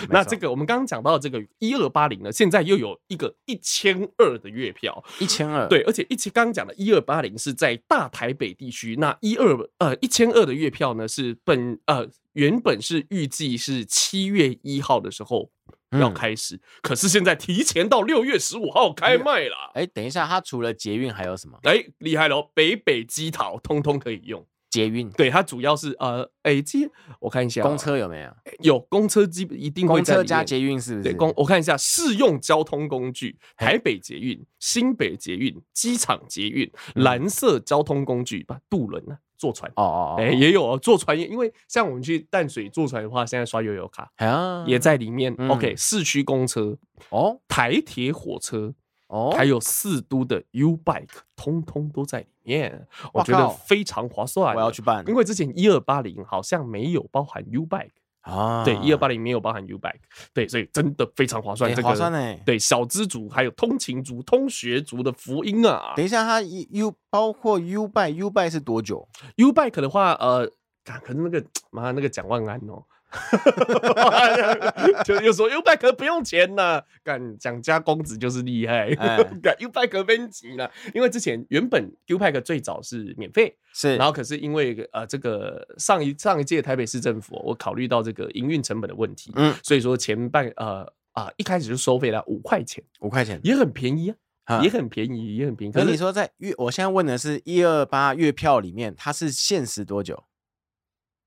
B: 没
A: 那
B: 错
A: 这个我们刚刚讲到的这个一二八零呢，现在又有一个一千二的月票，
B: 一千二，
A: 对，而且一千刚刚讲的一二八零是在大台北地区，那一二呃一千二的月票呢是本呃原本是预计是七月一号的时候要
B: 嗯
A: 开始，可是现在提前到六月十五号开卖了。
B: 哎，等一下，它除了捷运还有什么？
A: 哎，厉害喽！北北基桃通通可以用，
B: 捷运、
A: 对它主要是呃，哎，基我看一下啊，
B: 公车有没有？
A: 有公车基本一定会
B: 公
A: 在
B: 车
A: 里
B: 加
A: 面
B: 捷运是不
A: 对，
B: 是？
A: 公我看一下适用交通工具：
B: 嘿
A: 台北捷运、新北捷运、机场捷运、
B: 嗯
A: 蓝色交通工具，把渡轮啊，坐船。
B: 哦哦哦，
A: 哎、也有哦，坐船也，因为像我们去淡水坐船的话，现在刷悠游卡、
B: 啊
A: 也在里面。
B: 嗯
A: OK，市区公车、
B: 哦
A: 台铁火车，
B: 哦，
A: 还有四都的 U Bike，通通都在里面。我
B: 哇
A: 觉得
B: 靠
A: 非常划算。
B: 我要去，办
A: 因为之前一二八零好像没有包含 U Bike。
B: 啊，
A: 对，一二八零没有包含 U Bike，对，所以真的非常划算，
B: 哎
A: 这个
B: 划算欸
A: 对，小资族还有通勤族、通学族的福音啊
B: 等一下，它 U U 包括 U 拜 U 拜是多久？
A: ！U Bike 的话，呃，啊可是那个妈那个蒋万安哦。 就又说 U Bike 不用钱呐、干蒋家公子就是厉害，
B: 哎
A: 干 U Bike 分级了。因为之前原本 U Bike 最早是免费，
B: 是，
A: 然后可是因为呃这个上一上一届台北市政府哦，我考虑到这个营运成本的问题，
B: 嗯，
A: 所以说前半呃啊、一开始就收费了五块钱，
B: 五块钱，
A: 也很便宜啊，
B: 啊
A: 也很便宜，也很便宜。可
B: 可是
A: 是
B: 你说在月，我现在问的是一二八月票里面，它是限时多久？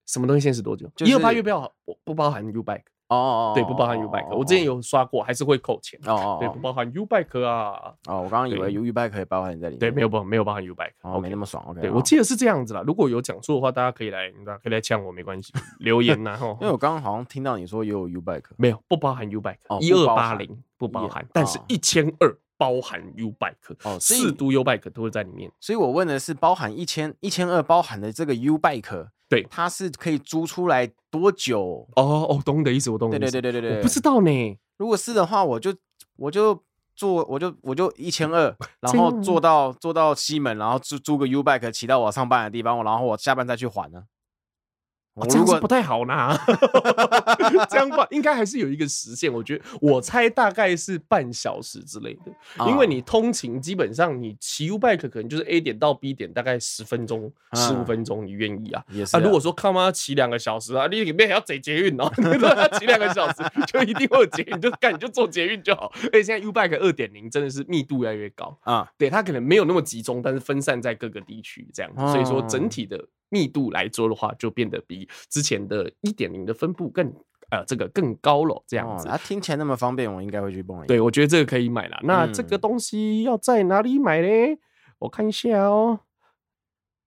A: 什么东西限时多久？
B: 就
A: 一
B: 是
A: 二八月票我不包含 U Bike，
B: 哦哦，
A: 对，不包含 U Bike。我之前有刷过，还是会扣钱。
B: 哦哦，
A: 对，不包含 U Bike 啊，
B: 哦，我刚刚以为
A: 对
B: U 拜可以包含在里面，
A: 对，没有包没有包含 U Bike。
B: 哦，
A: OK
B: 没那么爽，OK，
A: 对，
B: 好
A: 我记得是这样子啦。如果有讲错的话，大家可以来，大家可以来呛我，没关系，留言然后
B: 因为我刚刚好像听到你说也有 U bike，
A: 没有不包含 U Bike，
B: 哦
A: 一
B: 不
A: 二
B: 包
A: 八
B: 含
A: 零不包
B: 也
A: 含，但是
B: 哦
A: 一千二包含 U Bike，
B: 哦所以
A: 四都 U Bike 都会在里面。
B: 所以我问的是包含一千一千二包含的这个 U bike，
A: 对
B: 它是可以租出来多久？
A: 哦哦，懂你的意思，我懂你
B: 对
A: 的意
B: 对
A: 思。
B: 对对对对，
A: 我不知道呢。
B: 如果是的话，我就我就坐，我就我就一 千二，然
A: 这
B: 后
A: 样
B: 坐到坐到西门，然后租租个 U bike 骑到我上班的地方，然后我下班再去还呢。
A: 哦
B: 我
A: 这
B: 如
A: 样
B: 果
A: 是不太好啦， 这样吧，应该还是有一个时限。我觉得我猜大概是半小时之类的，因为
B: 啊
A: 你通勤基本上你骑 U bike 可能就是 A 点到 B 点大概十分钟、十五
B: 嗯
A: 分钟，你愿意啊？
B: 也是
A: 啊，
B: 啊，
A: 如果说他妈骑两个小时啊，你里面还要贼捷运哦， 你说他骑两个小时就一定会有捷运，就干你就坐捷运就好。而且现在 U bike 二点零真的是密度越来越高，
B: 啊，
A: 对它可能没有那么集中，但是分散在各个地区这样，所以说
B: 哦
A: 整体的密度来说的话，就变得比之前的一点零的分布更呃这个更高了这
B: 这
A: 样子。
B: 啊，听起来那么方便，我应该会去蹦一下。
A: 对，我觉得这个可以买啦。那这个
B: 嗯
A: 东西要在哪里买嘞？我看一下哦。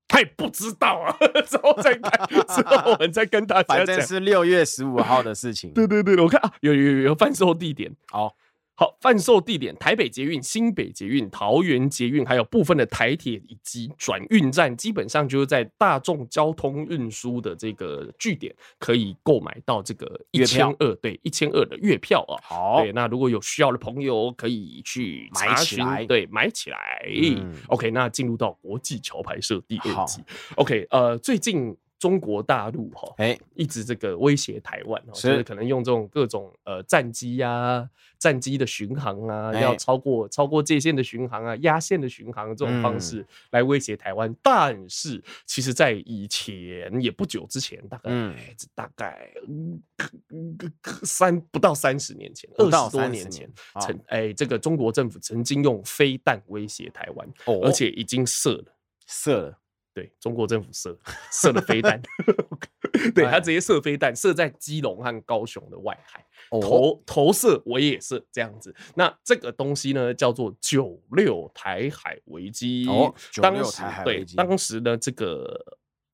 A: 太不知道啊， 之后再看，之后我们再跟大家
B: 反
A: 讲
B: 正。是六月十五号的事情。
A: 对对对，我看啊，有有有有贩售地点。
B: 好，
A: 好，贩售地点：台北捷运、新北捷运、桃园捷运，还有部分的台铁以及转运站，基本上就是在大众交通运输的这个据点可以购买到这个一
B: 月
A: 千
B: 票
A: 二，对，一千二的月票啊。
B: 好
A: 对，，那如果有需要的朋友可以去
B: 买
A: 查
B: 起
A: 询
B: 来
A: 对，买起来。
B: 嗯
A: OK，那进入到国际桥牌社第二
B: 好
A: 集。OK，呃，最近中国大陆哈、
B: 哎，
A: 一直这个威胁台湾哦，
B: 是
A: 就是可能用这种各种呃战机啊、战机的巡航啊，
B: 哎
A: 要超过超过界限的巡航啊、压线的巡航这种方
B: 嗯
A: 式来威胁台湾。但是其实，在以前也不久之前，大概、
B: 嗯
A: 这大概嗯嗯三不到三十年前，二
B: 不到
A: 十多
B: 30
A: 年前
B: 年，哦好
A: 曾哎这个中国政府曾经用飞弹威胁台湾，
B: 哦
A: 而且已经射了。
B: 射了，
A: 对中国政府射射了飞 弹， 对他
B: 哎
A: 直接射飞弹，射在基隆和高雄的外海，
B: 哦
A: 投投射我也射这样子。那这个东西呢，叫做九六台海危机。
B: 哦96
A: 当时
B: 台海
A: 对
B: 危机
A: 当时呢，这个。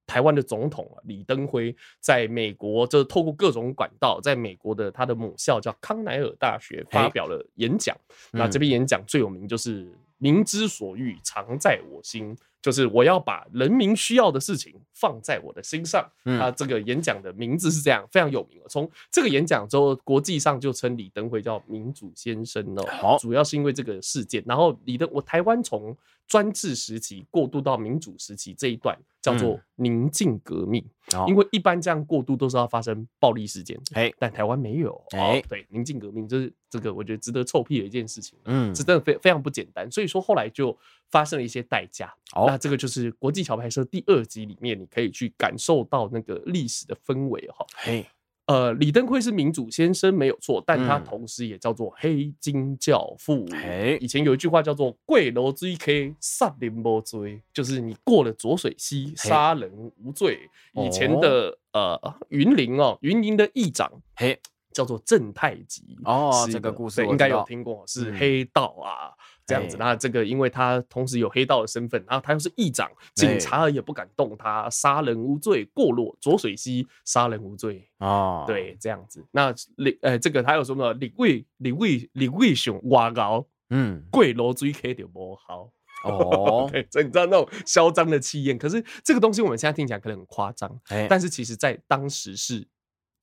A: 台湾的总统啊李登辉，在美国就是透过各种管道，在美国的他的母校叫康奈尔大学发
B: 嘿
A: 表了演讲。那
B: 嗯
A: 这篇演讲最有名就是“民之所欲，常在我心”，就是我要把人民需要的事情放在我的心上。
B: 嗯
A: 他这个演讲的名字是这样，非常有名哦。从这个演讲之后，国际上就称李登辉叫“民主先生”哦。
B: 好
A: 主要是因为这个事件。然后李登，我台湾从专制时期过渡到民主时期这一段叫做
B: 嗯
A: 宁静革命，
B: 哦
A: 因为一般这样过渡都是要发生暴力事件，
B: 哎，
A: 但台湾没有。哦
B: 哎
A: 对，宁静革命就是这个，我觉得值得臭屁的一件事情。
B: 嗯
A: 这真的非非常不简单，所以说后来就发生了一些代价。
B: 好
A: 那这个就是国际桥牌社第二集里面，你可以去感受到那个历史的氛围哈。
B: 嘿，
A: 呃，李登辉是民主先生没有错，但他
B: 嗯
A: 同时也叫做黑金教父。
B: 嘿
A: 以前有一句话叫做“贵楼追 K，杀人无罪”，就是你过了浊水溪，
B: 嘿哦
A: 杀人无罪。以前的、呃云林哦，云林的议长
B: 嘿，
A: 叫做正太吉
B: 哦
A: 是，一
B: 这个故事
A: 对
B: 我
A: 应该
B: 知
A: 有
B: 道
A: 听过，是
B: 嗯
A: 黑道啊、这样子。
B: 哎
A: 那这个因为他同时有黑道的身份，然后他又是议长，
B: 哎
A: 警察也不敢动他，杀人无罪，过落浊水溪杀人无罪，
B: 哦，
A: 对，这样子。那李呃，这个还有什么李卫李卫李卫雄哇高
B: 嗯，
A: 贵楼追 K 的魔好。，
B: 哦
A: 对，所以你知道那种嚣张的气焰，可是这个东西我们现在听起来可能很夸张，
B: 哎，
A: 但是其实，在当时是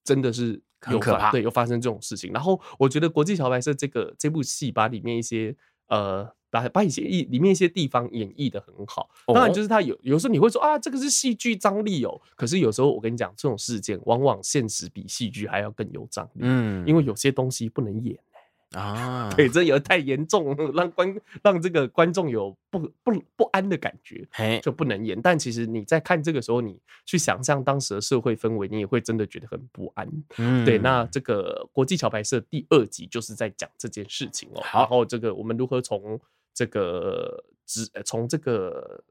A: 真的是
B: 很
A: 有
B: 可
A: 发
B: 怕
A: 对，有发生这种事情。然后我觉得《国际桥牌社》这个这部戏把里面一些呃。把把一些一里面一些地方演绎的很好，
B: 哦
A: 当然就是它有有时候你会说啊，这个是戏剧张力哦。可是有时候我跟你讲，这种事件往往现实比戏剧还要更有张力，
B: 嗯，
A: 因为有些东西不能演。
B: 啊，
A: 对，这有太严重，让观让这个观众有不不不安的感觉，
B: 嘿，
A: 就不能演。但其实你在看这个时候，你去想象当时的社会氛围，你也会真的觉得很不安。
B: 嗯
A: 对，那这个国际桥牌社第二集就是在讲这件事情哦。
B: 好
A: 然后这个我们如何从这个执呃从这个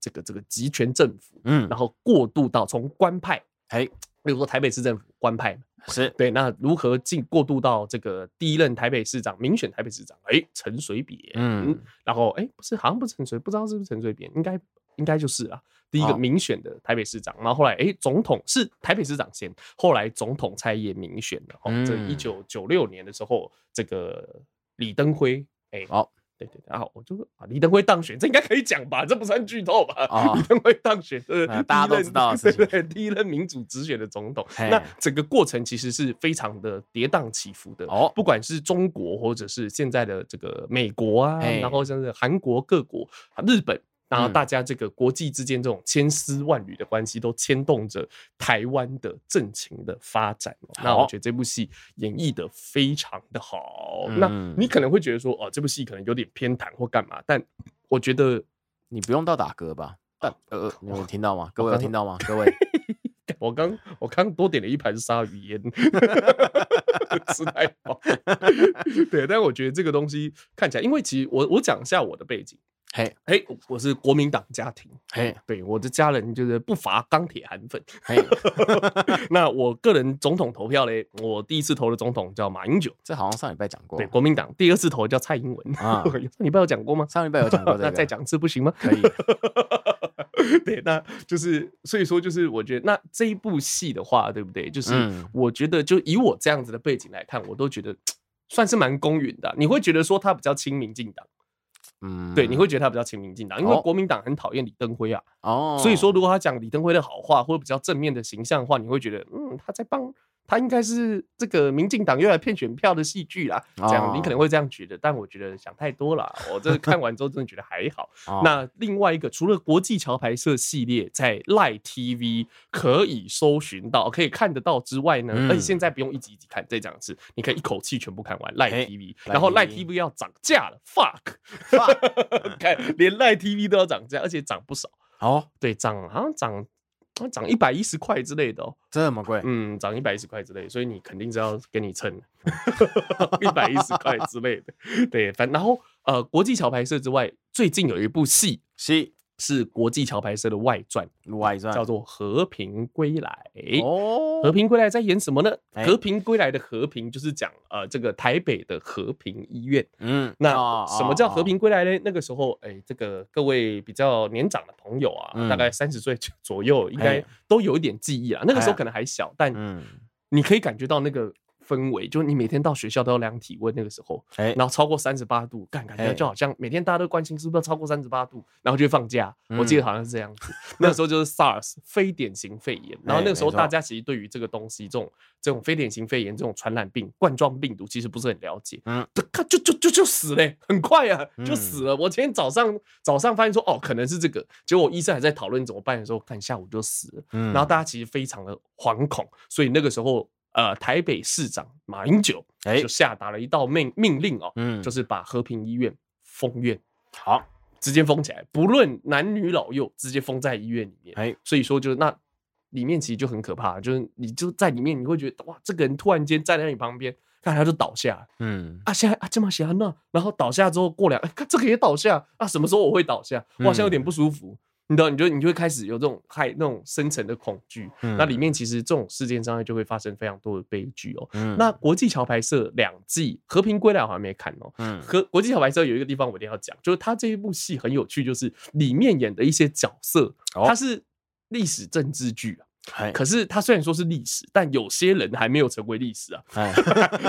A: 这个这个集权政府，
B: 嗯哎
A: 然，后过渡到从官派，
B: 嘿，
A: 比如说台北市政府官派嘛
B: 是，
A: 对，那如何进过渡到这个第一任台北市长民选台北市长？哎，陈水扁，
B: 嗯，
A: 然后哎，不是，好像不是陈水，不知道是不是陈水扁，应该应该就是啦。第一个
B: 哦
A: 民选的台北市长，然后后来哎，总统是台北市长先，后来总统蔡也民选的哦。这
B: 嗯
A: 一九九六年的时候，这个李登辉，哎，
B: 好，
A: 对对对，啊，我就啊，李登辉当选，这应该可以讲吧？这不算剧透吧？
B: 哦
A: 李登辉当选，呃，
B: 呃
A: 第
B: 大家
A: 一
B: 都
A: 任
B: 知道的
A: 对
B: 事
A: 对
B: 情
A: 对，第一任民主直选的总统。
B: 嘿
A: 那整个过程其实是非常的跌宕起伏的，
B: 哦
A: 不管是中国或者是现在的这个美国啊，
B: 嘿
A: 然后像是韩国各国、日本。然后
B: 嗯
A: 大家这个国际之间这种千丝万缕的关系，都牵动着台湾的政情的发展哦、那我
B: 好
A: 觉得这部戏演绎的非常的好。
B: 嗯
A: 那你可能会觉得说，哦，这部戏可能有点偏袒或干嘛，但我觉得
B: 你不用到打嗝吧？但呃，你们听到吗？各位
A: 哦
B: 有
A: 刚
B: 听到吗？各位，
A: 我刚我刚多点了一盘鲨鱼烟， 吃太 饱。对，但我觉得这个东西看起来，因为其实我我讲一下我的背景，
B: 嘿，
A: 哎，我是国民党家庭，
B: 嘿，
A: 对我的家人就是不乏钢铁韩粉。
B: 嘿，
A: 那我个人总统投票嘞，我第一次投的总统叫马英九，
B: 这好像上礼拜讲过
A: 对，，国民党；第二次投的叫蔡英文。
B: 哦啊
A: 你 不有讲过吗？
B: 上礼拜有讲过这
A: 那
B: 个，
A: 再讲一次不行吗？
B: 可以，
A: 对，那就是所以说，就是我觉得那这一部戏的话，对不对？就是
B: 嗯
A: 我觉得，就以我这样子的背景来看，我都觉得算是蛮公允的啊、你会觉得说他比较亲民进党，
B: 嗯，
A: 对，你会觉得他比较亲民进党，因为
B: 哦
A: 国民党很讨厌李登辉啊。
B: 哦，
A: 所以说，如果他讲李登辉的好话，或者比较正面的形象的话，你会觉得，嗯，他在帮。他应该是这个民进党用来骗选票的戏剧啦，这样你可
B: 哦
A: 能会这样觉得，但我觉得想太多了。啊我 这看完之后真的觉得还好，
B: 哦
A: 那另外一个，除了国际桥牌社系列在 Line TV 可以搜寻到、可以看得到之外呢，
B: 嗯
A: 而且现在不用一集一集看，再讲一次，你可以一口气全部看完 Line
B: 嘿
A: TV，
B: 哎，Line
A: 然后 Line
B: TV
A: TV 要涨价了，fuck，
B: Fuck
A: 看 连 Line TV 都要涨价，而且涨不少，
B: 哦，
A: 对，涨好像涨。好像涨一百一十块之类的哦，
B: 这么贵，
A: 嗯，涨一百一十块之类，所以你肯定是要给你称 一百一十块之类的，对，反然后呃，国际桥牌社之外，最近有一部戏
B: 是
A: 是国际桥牌社的外传，
B: 外传
A: 叫做《和平归来》。
B: 哦
A: 和平归来在演什么呢？
B: 哎
A: 和平归来的和平就是讲呃，这个台北的和平医院。
B: 嗯
A: 那
B: 哦
A: 什么
B: 哦
A: 叫和
B: 哦
A: 平归来呢？那个时候，哎，这个各位比较年长的朋友啊，大
B: 嗯
A: 概三十岁左右，应该
B: 哎
A: 都有一点记忆啊。那个时候
B: 哎
A: 可能还小，但
B: 嗯，
A: 你可以感觉到那个氛围，就是你每天到学校都要量体温，那个时候，
B: 哎，
A: 然后超过三十八度，干感觉
B: 哎
A: 就好像每天大家都关心是不是要超过三十八度，然后就会放假。我
B: 嗯
A: 记得好像是这样子，那时候就是 SARS 非典型肺炎，然后
B: 哎
A: 那个时候
B: 没错
A: 大家其实对于这个东西，这种这种非典型肺炎这种传染病冠状病毒其实不是很了解，嗯
B: 嗯，
A: 就就就就死嘞、很快啊就
B: 嗯
A: 死了。我今天早上早上发现说哦可能是这个，结果我医生还在讨论怎么办的时候，看下午就死了。
B: 嗯
A: 然后大家其实非常的惶恐，所以那个时候，呃，台北市长马英九
B: 哎
A: 就下达了一道命命令哦，
B: 嗯
A: 就是把和平医院封院，
B: 好，
A: 直接封起来，不论男女老幼，直接封在医院里面。
B: 哎，
A: 所以说，就是那里面其实就很可怕，就是你就在里面，你会觉得哇，这个人突然间站在你旁边，看他就倒下了
B: 嗯，
A: 啊，现在啊这么想那，然后倒下之后过两，哎看这个也倒下啊，什么时候我会倒下？我好像有
B: 嗯
A: 点不舒服。你知道，你就你就会开始有这种害那种深层的恐惧，
B: 嗯
A: 那里面其实这种事件上就会发生非常多的悲剧哦。
B: 嗯，
A: 那国际桥牌社两季《和平归来》我还没看哦。
B: 嗯
A: 和国际桥牌社有一个地方我一定要讲，就是他这一部戏很有趣，就是里面演的一些角色，
B: 哦
A: 它是历史政治剧啊。
B: 哎
A: 可是它虽然说是历史，但有些人还没有成为历史啊，
B: 哎，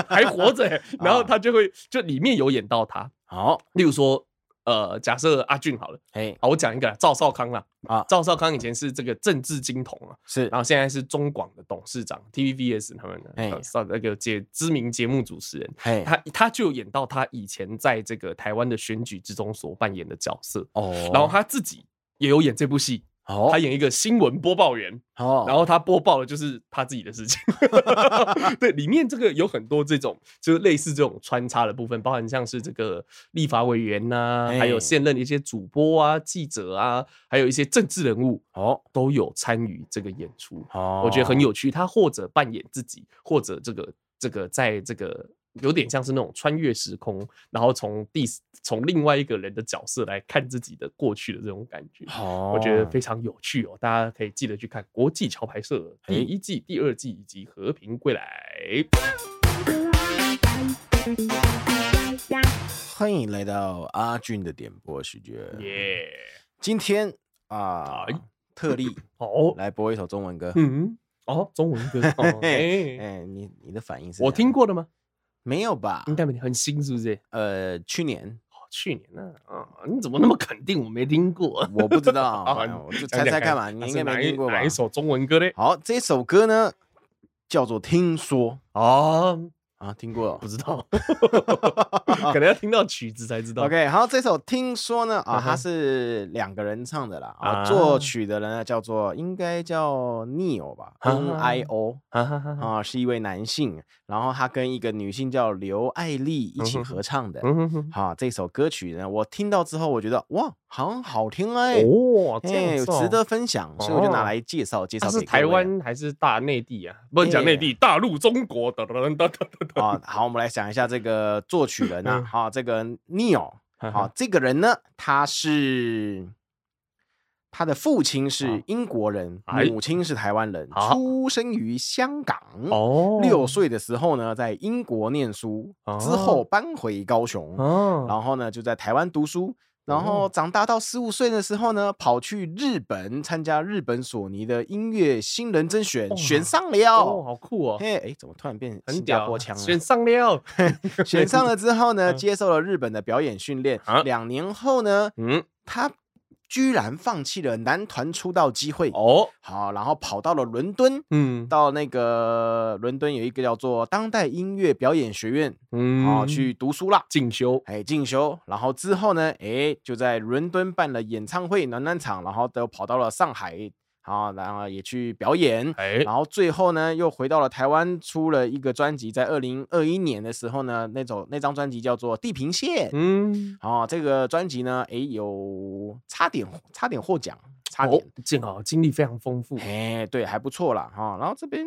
A: 还活 着欸、然
B: 啊
A: 后他就会就里面有演到他，
B: 好，
A: 例如说呃，假设阿俊好了
B: 哎
A: 啊，我讲一个啦赵少康啦
B: 啊
A: 赵少康以前是这个政治金童啊，
B: 是
A: 然后现在是中广的董事长，TVBS 他们的
B: 哎
A: 呃上那个节知名节目主持人，
B: 哎
A: 他他就演到他以前在这个台湾的选举之中所扮演的角色，
B: 哦，
A: 然后他自己也有演这部戏，
B: 哦
A: 他演一个新闻播报员，
B: 哦，
A: 然后他播报的就是他自己的事 情。对，里面这个有很多这种就是类似这种穿插的部分，包含像是这个立法委员呐、还有
B: 哎
A: 现任的一些主播啊、记者啊，还有一些政治人物
B: 哦
A: 都有参与这个演出。
B: 哦，
A: 我觉得很有趣。他或者扮演自己，或者这个这个在这个有点像是那种穿越时空，然后从第从另外一个人的角色来看自己的过去的这种感觉。
B: 好，
A: 我觉得非常有趣哦，大家可以记得去看《国际桥牌社》第
B: 诶
A: 一季、第二季以及《和平归来》。
B: 欢迎来到阿俊的点播时 间，
A: 耶！
B: 今天啊
A: 哎，
B: 特例
A: 哦，
B: 来播一首中文歌，
A: 嗯，哦，中文歌， 哦哎
B: 哎，你你的反应是啊
A: 我
B: 这样
A: 听过的吗？
B: 没有吧
A: 应？该没很新，是不是？
B: 呃，去年
A: 哦，去年呢？啊，你怎么那么肯定我没听过？
B: 我不知道，
A: 啊
B: 哎我就
A: 讲
B: 猜
A: 讲
B: 猜看嘛，
A: 啊
B: 你
A: 是
B: 应该
A: 哪
B: 没
A: 一
B: 听过吧
A: 哪一？首中文歌嘞？
B: 好，这首歌呢叫做《听说》
A: 哦，
B: 啊，听过哦
A: 不知 道，可能要听到曲子才知道。
B: OK，好，这首听说呢啊，
A: 嗯哼
B: 它是两个人唱的啦，
A: 啊
B: 啊，作曲的人呢叫做应该叫 Neo 吧
A: 啊嗯
B: ，N I O
A: 哈哈哈哈，
B: 啊，是一位男性，然后他跟一个女性叫刘爱丽一起
A: 嗯哼
B: 合唱的。
A: 嗯哼哼，
B: 好，这首歌曲呢，我听到之后，我觉得哇，好像好听哎，
A: 哦，这
B: 哎，
A: 样子哦
B: 值得。分享，所以我就拿来介绍介
A: 它
B: 绍
A: 是
B: 给各
A: 台
B: 位啊哎
A: 湾还是大内地啊？不能讲内地，大陆中国的人的
B: 啊。好，我们来讲一下这个作曲人啊
A: 嗯，
B: 好，这个 Neo 好、
A: 好
B: 这个人呢，他是他的父亲是英国人，
A: 啊哎
B: 母亲是台湾人，
A: 好
B: 出生于香港。
A: 哦
B: 六岁的时候呢，在英国念书，之
A: 哦
B: 后搬回高雄，
A: 哦，
B: 然后呢就在台湾读书。然
A: 哦
B: 后长大到十五岁的时候呢，跑去日本参加日本索尼的音乐新人甄选，
A: 哇
B: 选上
A: 哦，
B: 了。
A: 好酷哦，
B: 嘿，哎，怎么突然变
A: 很
B: 新加
A: 屌
B: 坡
A: 啊，
B: 腔了？
A: 选上了，
B: 选上了之后呢，
A: 嗯
B: 接受了日本的表演训练
A: 啊。
B: 两年后呢，
A: 嗯，
B: 他居然放弃了男团出道机会，
A: 哦，
B: 好，然后跑到了伦敦，
A: 嗯
B: 到那个伦敦有一个叫做当代音乐表演学院，
A: 嗯，
B: 好去读书啦。
A: 进修，
B: 哎，进修，然后之后呢，哎，就在伦敦办了演唱会、暖暖场，然后都跑到了上海，好，然后也去表演，
A: 哎，
B: 然后最后呢，又回到了台湾，出了一个专辑，在二零二一年的时候呢，那首那张专辑叫做《地平线》。
A: 嗯，
B: 哦，这个专辑呢，诶，有差点差点获奖，差
A: 哦嗯
B: 点，，
A: 正好经历非常丰富，
B: 哎、对，还不错啦哈、然后这边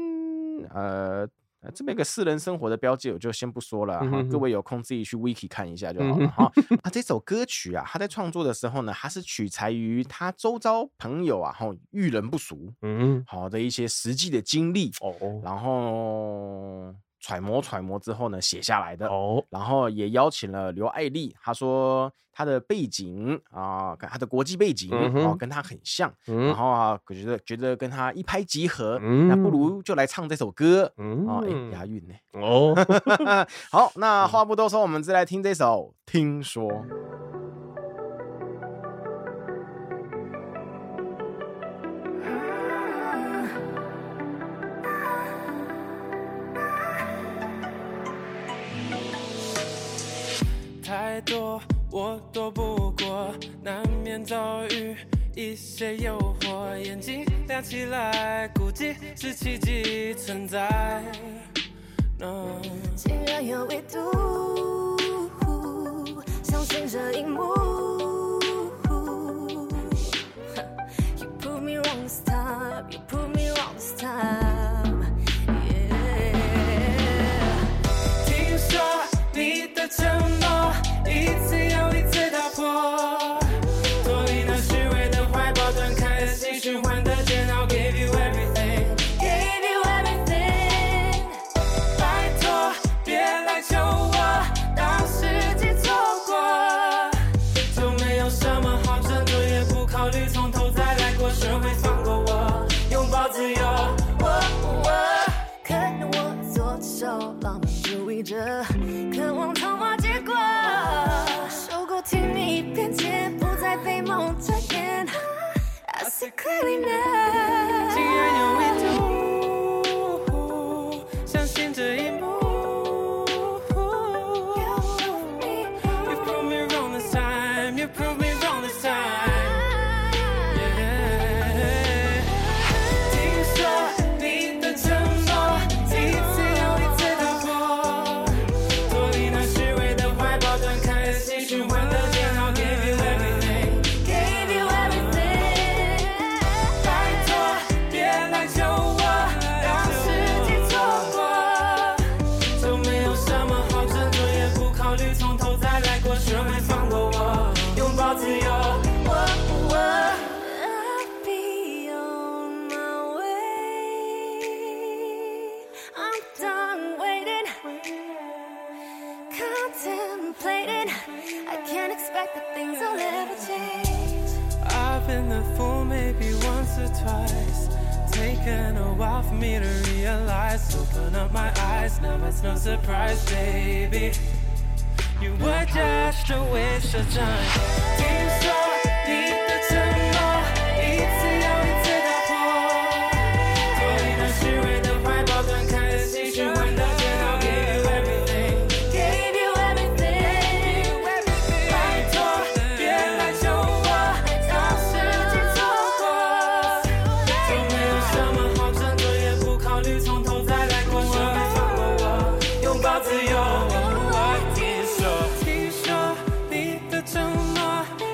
B: 呃，呃这么一个私人生活的标记，我就先不说了啊、
A: 嗯
B: 哈
A: 哼
B: 各
A: 哼
B: 位有空自己去 wiki 看一下就
A: 嗯
B: 好
A: 哼
B: 了哈。啊，这首歌曲啊，他在创作的时候呢，他是取材于他周遭朋友啊，哈，遇人不淑，
A: 嗯，
B: 好的一些实际的经历，
A: 哦
B: 然后揣摩揣摩之后呢，写下来的。
A: 哦，
B: 然后也邀请了刘爱丽，她说她的背景啊，跟她的国际背景
A: 嗯
B: 哦
A: 哼
B: 跟她很像，然
A: 嗯
B: 后啊，我觉得觉得跟她一拍即合，那不
A: 嗯
B: 如就来唱这首歌哦，哎，
A: 嗯，
B: 押韵呢。
A: 哦，
B: 好，那话不多说，我们就来听这首《听说》。
C: 太多我躲不过，难免遭遇一些诱惑。眼睛亮起来，估计是奇迹存在。No，
D: 竟然有一度相信这一幕。You put me wrong this time, you put me wrong this time. Yeah.
C: 听说你的承诺一次又一次打破，脱离那虚伪的怀抱，断开恶性循环的煎熬，Give you everything。
D: Gave you
C: 哎
D: everything.
C: 拜托，别来求我，当时间错过，就没有什么好争夺，也不考虑从头再来过，学会放过我，拥抱自由。
D: 我看着我左手，浪漫主义者，渴望童话结果。受够甜蜜一片且不再被梦遮掩。I see clearly
C: 竟
D: now。
C: 然有一度，相信这一幕。You prove me wrong this time, you prove me wrong this time. Yeah 听说你的承诺一次又一次打破，脱离那虚伪的怀抱，断开恶性循环的煎熬。Give you everything，
D: Gave you everything.
C: 拜托别来求我，让时间错过，就没有什么好争夺，也不考虑从头再来过，学会放过我，拥抱自由。
D: I'll be on my way. I'm done waiting, contemplating. I can't expect that things will ever change.
C: I've been the fool maybe once or twice. Taken a while for me to realize. Open up my eyes, now it's no surprise, baby. You were just a waste of time. 听说你的承诺一次又一次打破，脱离那虚伪的怀抱，断开了心循环的街道。Give you everything.
D: Gave you everything.
C: 拜托，别来求我，让时间错过。就没有什么好争夺，也不考虑从头再来过，学会放过我，拥抱自由。听说，听说你的承诺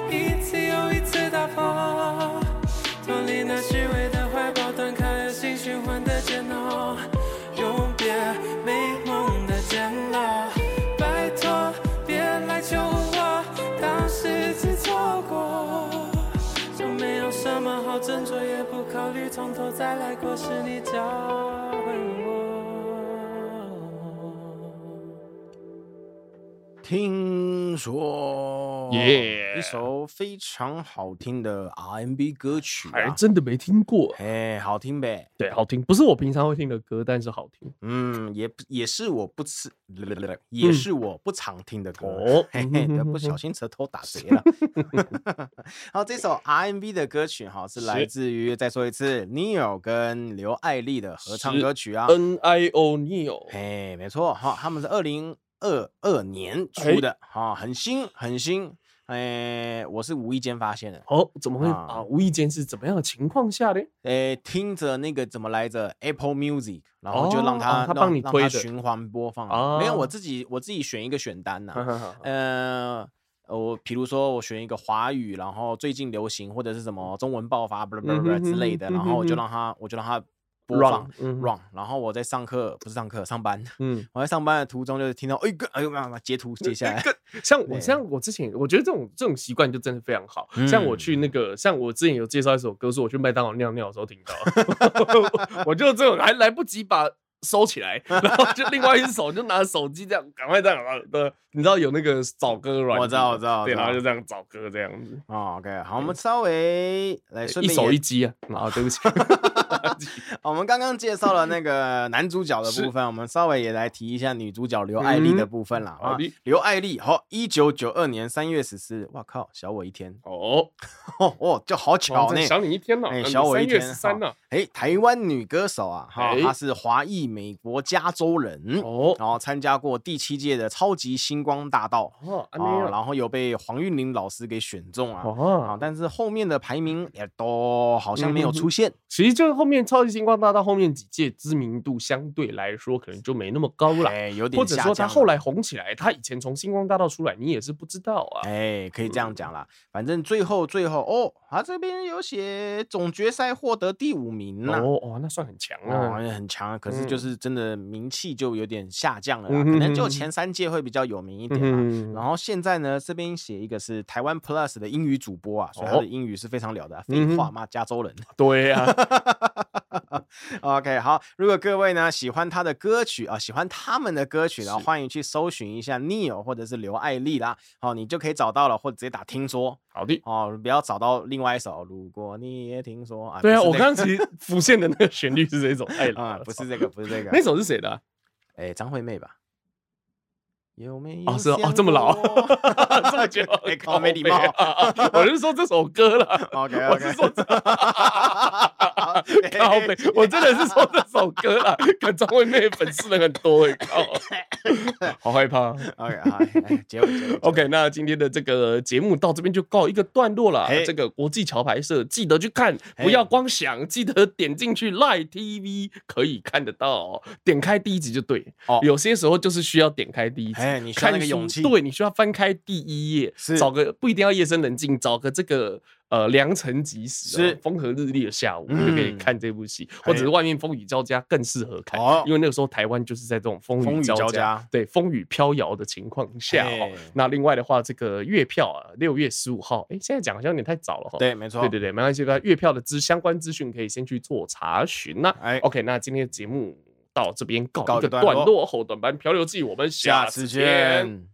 C: 一次又一次打破，脱离那虚伪的怀抱，断开恶性循环的煎熬，永别美梦的煎熬。拜托，别来求我，当时间错过。就没有什么好斟酌，也不考虑从头再来过，是你教会我。
B: 听说，
A: Yeah
B: 一首非常好听的 R&B 歌曲
A: 还
B: 啊，
A: 真的没听过，
B: 哎，好听呗。
A: 对，好听，不是我平常会听的歌，但是好听
B: 嗯，也不也是我不吃，也
A: 嗯
B: 是我不常听的歌。
A: 哦
B: 嘿嘿，不小心舌头打结了。 好，这首 R&B 的歌曲哈是来
A: 是
B: 自于再说一次 Neil 跟刘爱丽的合唱
A: 是
B: 歌曲啊。
A: ，N I O Neo，
B: 哎，没错哈，他们是二零二二年
A: 哎
B: 出的哈，很新很新。哎，我是无意间发现的。
A: 哦，怎么会
B: 啊
A: 啊？无意间是怎么样的情况下呢？
B: 诶，听着那个怎么来着？Apple Music，然后就让
A: 哦
B: 它
A: 哦它
B: 让
A: 帮你
B: 让
A: 推
B: 它
A: 的
B: 循环播放啊。没有，我
A: 哦
B: 自己我自己选一个选单呐、
A: 嗯
B: 呃，我比如说我选一个华语，然后最近流行或者是什么中文爆发，不不不
A: 嗯哼
B: 之类
A: 哼
B: 的，
A: 哼
B: 然后我就
A: 哼
B: 让它我就让它播
A: Run，
B: 放
A: 嗯
B: run，然后我在上课不是上课上班，
A: 嗯，
B: 我在上班的途中就是听到哎个哎呦妈妈截图截下
A: 哎
B: 来，
A: 像我
B: 对
A: 像我之前，我觉得这种这种习惯就真的非常好。
B: 嗯
A: 像我去那个，像我之前有介绍一首歌，是我去麦当劳尿尿的时候听到的， 我就这种还来不及把收起来，然后就另外一只手就拿着手机这样赶快这样，啊对，你知道有那个找歌软件，
B: 我知道我知道我
A: 对，
B: 知
A: 然后
B: 道
A: 就这样找歌这样子，
B: 哦，OK，好，我们稍微来顺
A: 一
B: 便
A: 手
B: 也
A: 一机啊，啊，对不 起，
B: 哦我们刚刚介绍了那个男主角的部分，我们稍微也来提一下女主角刘
A: 嗯
B: 爱丽的部分啦。
A: 好
B: 啊
A: 的，
B: 刘爱丽，好，一九九二年三月十四日，哇靠，小我一天，
A: 哦，
B: 哦哦，就好巧
A: 哇
B: 呢
A: 这。小你一天呢，
B: 哎
A: 嗯
B: 小我一天
A: 3月三呢，
B: 哎，台湾女歌手啊，哈
A: 哎，
B: 她是华裔美国加州人，
A: 哦，
B: 然后参加过第七届的超级星光大道，
A: 哦，安妮
B: 哦，
A: 啊
B: 然后有被黄韵玲老师给选中啊。啊
A: 哦，，
B: 但是后面的排名也都好
A: 嗯
B: 像没有出现，
A: 其实就是后面超级星光大道后面几届知名度相对来说可能就没那么高了，
B: 哎，有点
A: 或者
B: 下
A: 说他
B: 降
A: 后
B: 了
A: 来红起来，他以前从星光大道出来，你也是不知道啊。
B: 哎，可以这样讲啦。反正最后最后哦，他这边有写总决赛获得第五名呐、
A: 哦哦，那算很强
B: 哦，好
A: 啊。
B: 像很强啊，可是就
A: 嗯
B: 是真的名气就有点下降了啦，
A: 嗯
B: 可
A: 哼
B: 能就
A: 哼
B: 前三届会比较有名一点啦。
A: 嗯，
B: 然后现在呢，这边写一个是台湾 Plus 的英语主播啊，所以他
A: 哦
B: 的英语是非常了的啊、
A: 嗯
B: 废
A: 哼
B: 话嘛，加州人。
A: 对 啊，
B: OK，好，如果各位呢喜欢他的歌曲啊、喜欢他们的歌曲，然后欢迎去搜寻一下 Neil 或者是刘爱丽啦，好、你就可以找到了，或者直接打听说
A: 好的。
B: 哦，不要找到另外一首。如果你也听说啊，
A: 对啊，
B: 不
A: 我
B: 是
A: 刚刚 其实浮现的那个旋律是这种，哎
B: 这个， 啊、不是这个，不是这个，
A: 那首是谁的啊？
B: 哎，张惠妹吧？有没有
A: 哦，是哦哦，
B: 想
A: 这么老，
B: 过
A: 这么 久，
B: 哎靠，没礼貌。哦
A: 啊啊我是说这首歌啦。
B: OK，OK
A: 我是说这，
B: 哎
A: 靠北，我真的是说这首歌啦。可张惠妹粉丝人很多哎，靠，好害怕。
B: OK，好，哎结尾结尾结尾
A: OK，那今天的这个节目到这边就告一个段落了
B: 嘿。
A: 这个国际桥牌社记得去看，不
B: 嘿
A: 要光想，记得点进去 Live TV 可以看得到哦，点开第一集就对。
B: 哦
A: 有些时候就是需要点开第一集
B: 哎，你需要
A: 看
B: 那个
A: 书
B: 勇气
A: 对你需要翻开第一页
B: 是，
A: 找个不一定要夜深人静，找个这个。呃，良辰吉时、
B: 是
A: 哦，风和日丽的下午，你就可以
B: 嗯
A: 看这部戏，或者是
B: 嘿
A: 外面风雨交加更适合看，
B: 哦
A: 因为那个时候台湾就是在这种风
B: 风
A: 雨
B: 雨
A: 交
B: 交
A: 加
B: 加哎
A: 对风雨飘摇的情况下哦
B: 嘿，
A: 那另外的话，这个月票啊，六月十五号，哎，现在讲好像有点太早了哈。
B: 对，没错，
A: 对对对，没关系，那月票的资相关资讯可以先去做查询呐、
B: 哎
A: OK，那今天的节目到这边告
B: 告
A: 一个
B: 一段
A: 段
B: 落
A: 落，后短班漂流记，我们
B: 下
A: 下
B: 次
A: 次见。
B: 见。